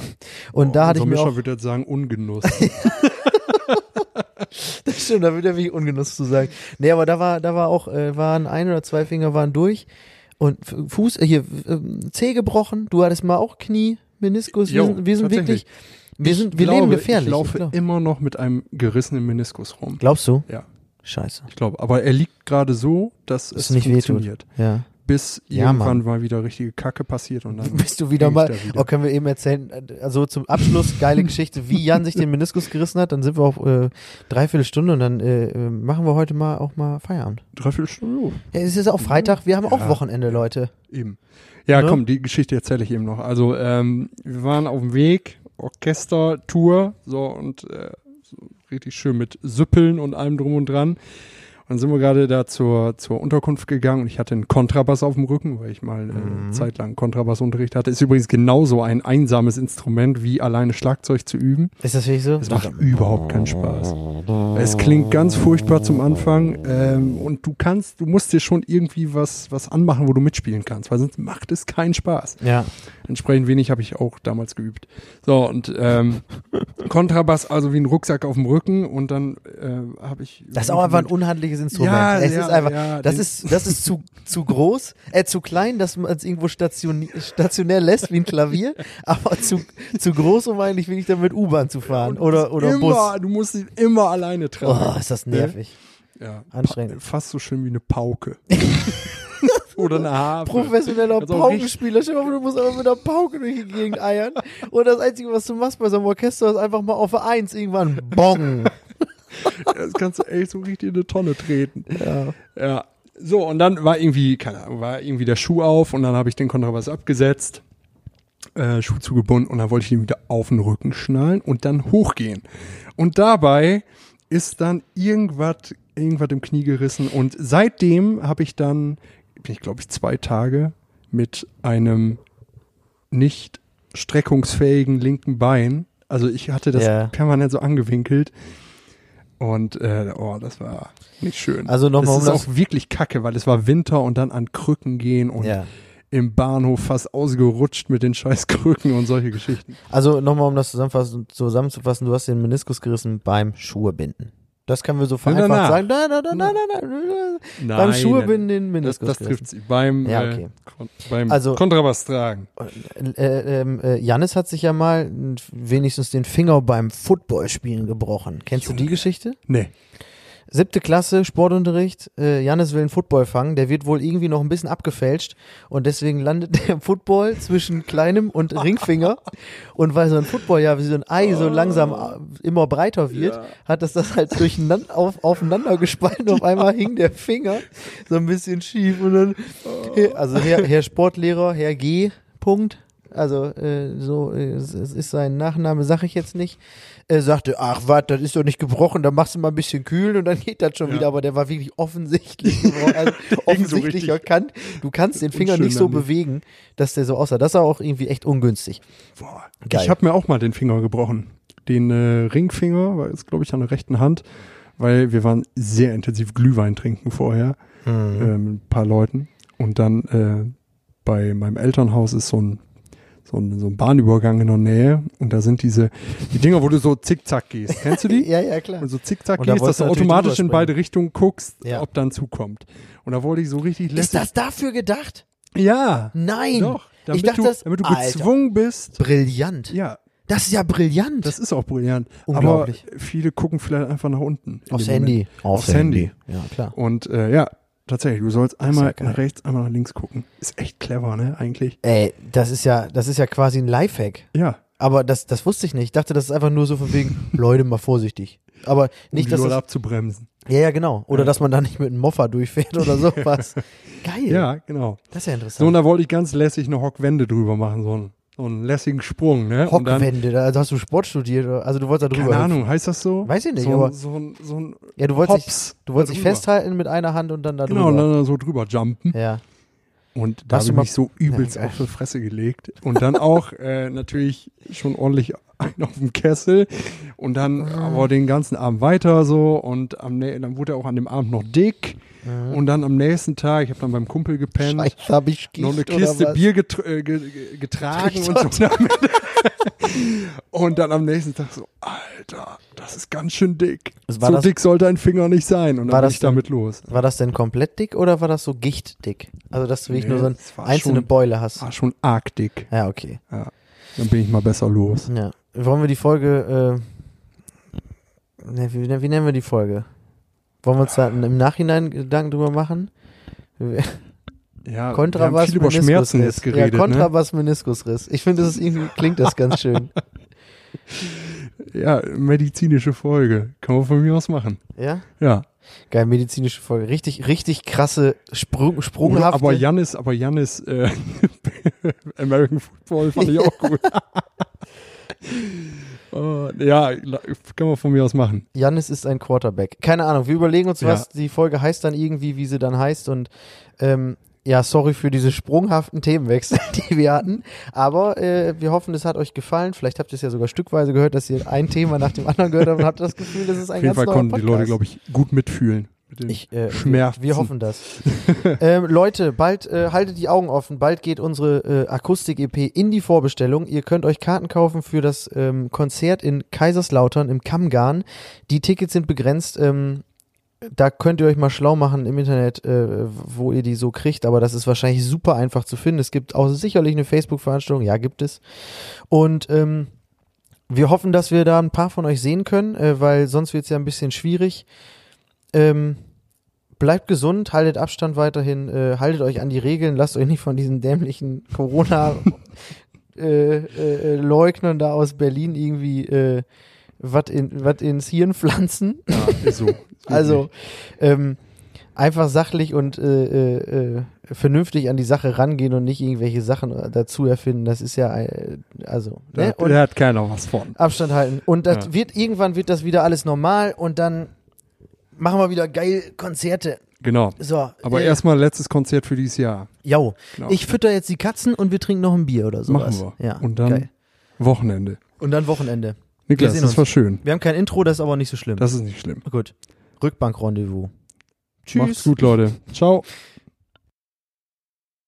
Und da hatte ich
unser
mir
Mischer
auch,
würde jetzt sagen, Ungenuss.
stimmt, da wird ja wirklich ungenutzt zu sagen. Nee, aber da war, da war auch, äh, waren ein oder zwei Finger waren durch und F- Fuß, äh, hier, äh, Zeh gebrochen. Du hattest mal auch Knie, Meniskus. Wir
Jo,
sind, wir sind
tatsächlich.
wirklich, wir sind, wir
glaube,
leben gefährlich.
Ich laufe
glaub.
immer noch mit einem gerissenen Meniskus rum.
Glaubst du?
Ja.
Scheiße.
Ich glaube, aber er liegt gerade so, dass
Dass es
es
nicht wehtut.
funktioniert.
Ja.
bis
Ja,
irgendwann mal wieder richtige Kacke passiert und dann
Bist du wieder
bin
mal.
ich da wieder.
Oh, können wir eben erzählen, also zum Abschluss, geile Geschichte, wie Jan sich den Meniskus gerissen hat. Dann sind wir auf äh, dreiviertel Stunde und dann äh, äh, machen wir heute mal auch mal Feierabend.
dreiviertel Stunde. oh,
Ja, es ist auch Freitag, wir haben auch
Ja.
Wochenende, Leute.
Eben. Ja,
Ne?
komm, die Geschichte erzähle ich eben noch. Also, ähm, wir waren auf dem Weg, Orchester-Tour, so und äh, so richtig schön mit Süppeln und allem drum und dran. Und dann sind wir gerade da zur, zur Unterkunft gegangen und ich hatte einen Kontrabass auf dem Rücken, weil ich mal äh, zeitlang Kontrabassunterricht hatte. Ist übrigens genauso ein einsames Instrument wie alleine Schlagzeug zu üben.
Ist das wirklich so?
Es macht überhaupt keinen Spaß. Es klingt ganz furchtbar zum Anfang ähm, und du kannst, du musst dir schon irgendwie was, was anmachen, wo du mitspielen kannst, weil sonst macht es keinen Spaß.
Ja.
Entsprechend wenig habe ich auch damals geübt. So und ähm, Kontrabass also wie ein Rucksack auf dem Rücken und dann äh, habe ich
Das ist auch einfach ein unhandliches Instrument.
Ja,
es
ja,
ist einfach,
ja,
das
den-
ist, das ist zu, zu groß, äh, zu klein, dass man es irgendwo stationi- stationär lässt wie ein Klavier, aber zu, zu groß, um eigentlich wenig damit U-Bahn zu fahren oder, oder
immer,
Bus.
Du musst ihn immer alleine tragen.
Oh, ist das nervig.
Ja,
Anstrengend.
pa- Fast so schön wie eine Pauke. Oder eine Harfe.
Professioneller
Also auch richtig-
Paukenspieler. Stell dir mal vor, du musst einfach mit einer Pauke durch die Gegend eiern. Und das Einzige, was du machst bei so einem Orchester, ist einfach mal auf Eins irgendwann Bong.
Das kannst du echt so richtig in eine Tonne treten. Ja. So, und dann war irgendwie, keine Ahnung, war irgendwie der Schuh auf und dann habe ich den Kontrabass abgesetzt, äh, Schuh zugebunden und dann wollte ich ihn wieder auf den Rücken schnallen und dann hochgehen. Und dabei ist dann irgendwas, irgendwas im Knie gerissen und seitdem habe ich dann, bin ich glaube ich zwei Tage mit einem nicht streckungsfähigen linken Bein, also ich hatte das
Ja.
permanent so angewinkelt, und äh, oh, das war nicht schön.
Also nochmal,
das
um
ist
das-
auch wirklich kacke, weil es war Winter und dann an Krücken gehen und
Ja.
im Bahnhof fast ausgerutscht mit den scheiß Krücken und solche Geschichten.
Also nochmal, um das zusammenfassen- zusammenzufassen, du hast den Meniskus gerissen beim Schuhebinden. Das können wir so vereinfacht
danach.
sagen. Nein, nein, nein, nein, nein, nein. Beim Schuhebinden den
das,
Meniskus
das
gerissen.
trifft sie beim,
Ja,
äh,
okay.
Kon beim
Also-
Kontrabass tragen.
Äh, ähm, äh, Jannis hat sich ja mal n- wenigstens den Finger beim Footballspielen gebrochen. Kennst du die Geschichte?
Nee.
Siebte Klasse, Sportunterricht. Äh, Jannis will einen Football fangen. Der wird wohl irgendwie noch ein bisschen abgefälscht. Und deswegen landet der Football zwischen kleinem und Ringfinger. Und weil so ein Football ja wie so ein Ei so langsam äh, immer breiter wird, hat das das halt durcheinander auf, aufeinander gespalten. Auf einmal hing der Finger so ein bisschen schief. Und dann, also Herr, Herr Sportlehrer, Herr G. Punkt. Also äh, so, äh, es es ist sein Nachname, sag ich jetzt nicht. Er sagte, ach was, das ist doch nicht gebrochen, dann machst du mal ein bisschen kühl und dann geht das schon
Ja.
wieder. Aber der war wirklich offensichtlich gebrochen. Also offensichtlich
richtig.
erkannt. Du kannst den Finger
Unschön
nicht so
daneben.
bewegen, dass der so aussah. Das war auch irgendwie echt ungünstig.
Boah,
Geil.
Ich habe mir auch mal den Finger gebrochen. Den äh, Ringfinger, war jetzt glaube ich an der rechten Hand, weil wir waren sehr intensiv Glühwein trinken vorher
Mhm.
ähm, ein paar Leuten. Und dann äh, bei meinem Elternhaus ist so ein, so, ein, so ein Bahnübergang in der Nähe und da sind diese die Dinger, wo du so zickzack gehst. Kennst du die?
Ja, ja, klar.
Und so zickzack
Und da
gehst, dass
wolltest
du
du natürlich
automatisch in
drüber springen.
beide Richtungen guckst,
Ja.
ob dann zukommt. Und da wollte ich so richtig
Ist das dafür gedacht?
Ja.
Nein.
Doch. Damit
ich dachte,
du,
das
damit du
Alter,
gezwungen bist.
Brillant.
Ja,
Das ist ja brillant.
das ist auch brillant.
Unglaublich.
Aber viele gucken vielleicht einfach nach unten. in
Aufs
dem Moment.
Handy.
Aufs Handy.
Ja, klar.
Und äh, ja, tatsächlich, du sollst
ist
einmal
ja geil.
nach rechts, einmal nach links gucken. Ist echt clever, ne, eigentlich.
Ey, das ist ja, das ist ja quasi ein Lifehack.
Ja. um
Aber das, das wusste ich nicht. Ich dachte, das ist einfach nur so von wegen, Leute, mal vorsichtig. Aber
Um
nicht,
die
dass
Leute
das,
abzubremsen.
Ja, ja, genau. Oder dass man da nicht mit einem Moffa durchfährt oder sowas. Geil.
Ja, genau.
Das ist ja
So, und
interessant.
da wollte ich ganz lässig eine Hockwende drüber machen, so einen, so einen lässigen Sprung, ne? Und dann,
Hockwände, da also hast du Sport studiert. oder- Also du wolltest da drüber.
keine
hüpfen.
Ahnung, heißt das so?
Weiß ich nicht,
so, ein-
aber-
So ein, so ein
Ja, du wolltest, dich,
Hops.
du wolltest dich
darüber.
festhalten mit einer Hand und dann da
Genau,
drüber.
und dann so drüber jumpen.
ja.
Und da
Hast
habe
du
ich
mal-
mich so übelst
Ja, geil.
auf die Fresse gelegt. Und dann auch äh, natürlich schon ordentlich einen auf dem Kessel. Und dann
Ah.
aber den ganzen Abend weiter so. Und am, nä- dann wurde er auch an dem Abend noch dick.
Mhm.
Und dann am nächsten Tag, ich habe dann beim Kumpel gepennt,
Scheiße, hab ich Gicht
noch eine
oder
Kiste
was?
Bier getr- äh, ge- ge- getragen
Ich
und so. und dann am nächsten Tag so, Alter, das ist ganz schön dick.
Es war
so
das-
dick sollte ein Finger nicht sein. Und
War
dann bin
das
ich damit los.
War das denn komplett dick oder war das so gichtdick? Also dass du wirklich
Nee,
nur
es
so
war
eine einzelne
schon- Ah.
Beule hast.
War schon arg dick.
Ja, okay.
Dann bin ich mal besser los.
Ja. Wollen wir die Folge, äh, ne, wie, wie nennen wir die Folge? Wollen wir uns da im Nachhinein Gedanken drüber machen?
Ja, wir haben
Kontrabass
viel über Schmerzen jetzt
Ja,
geredet. ne?
Kontrabass Meniskusriss. Ich finde, das ist irgendwie klingt das ganz schön.
ja, medizinische Folge. Kann man von mir aus machen.
Ja?
Ja.
Geil, medizinische Folge. Richtig, richtig krasse Sprung,
Oder,
sprunghafte.
aber Janis, aber Janis äh, American Football fand ich auch gut. Äh, ja, la- kann man von mir aus machen.
Jannis ist ein Quarterback. Keine Ahnung, wir überlegen uns,
Ja.
was die Folge heißt dann irgendwie, wie sie dann heißt und ähm, ja, sorry für diese sprunghaften Themenwechsel, die wir hatten. Aber äh, wir hoffen, es hat euch gefallen. Vielleicht habt ihr es ja sogar stückweise gehört, dass ihr ein Thema nach dem anderen gehört habt und habt das Gefühl, das ist ein
Auf jeden
ganz
Fall
neuer
konnten
Podcast.
die Leute, glaube ich, gut mitfühlen. Mit den
Ich, äh, wir,
Schmerzen.
wir hoffen das. ähm, Leute, bald äh, haltet die Augen offen. Bald geht unsere äh, Akustik-EP in die Vorbestellung. Ihr könnt euch Karten kaufen für das ähm, Konzert in Kaiserslautern im Kammgarn. Die Tickets sind begrenzt. Ähm, da könnt ihr euch mal schlau machen im Internet, äh, wo ihr die so kriegt. Aber das ist wahrscheinlich super einfach zu finden. Es gibt auch sicherlich eine Facebook-Veranstaltung. Ja, gibt es. Und ähm, wir hoffen, dass wir da ein paar von euch sehen können, äh, weil sonst wird es ja ein bisschen schwierig. Ähm, bleibt gesund, haltet Abstand weiterhin, äh, haltet euch an die Regeln, lasst euch nicht von diesen dämlichen Corona äh, äh, äh, Leugnern da aus Berlin irgendwie äh, was in, wat ins Hirn pflanzen.
Ja, ist so. Ist wirklich-
Also ähm, einfach sachlich und äh, äh, äh, vernünftig an die Sache rangehen und nicht irgendwelche Sachen äh, dazu erfinden. Das ist ja äh, also
da,
ne? und
da hat keiner was von.
Abstand halten. Und das
Ja.
wird irgendwann wird das wieder alles normal und dann machen wir wieder geil Konzerte.
Genau.
So.
Aber
äh,
erstmal letztes Konzert für dieses Jahr.
Jo,
Genau.
ich fütter jetzt die Katzen und wir trinken noch ein Bier oder sowas.
Machen wir.
Ja,
Und dann
geil.
Wochenende.
und dann Wochenende.
Niklas,
sehen
das
uns.
war schön.
Wir haben kein Intro, das ist aber nicht so schlimm.
Das ist nicht schlimm.
Gut. Rückbank-Rendezvous. Tschüss.
Macht's gut, Leute. Ciao.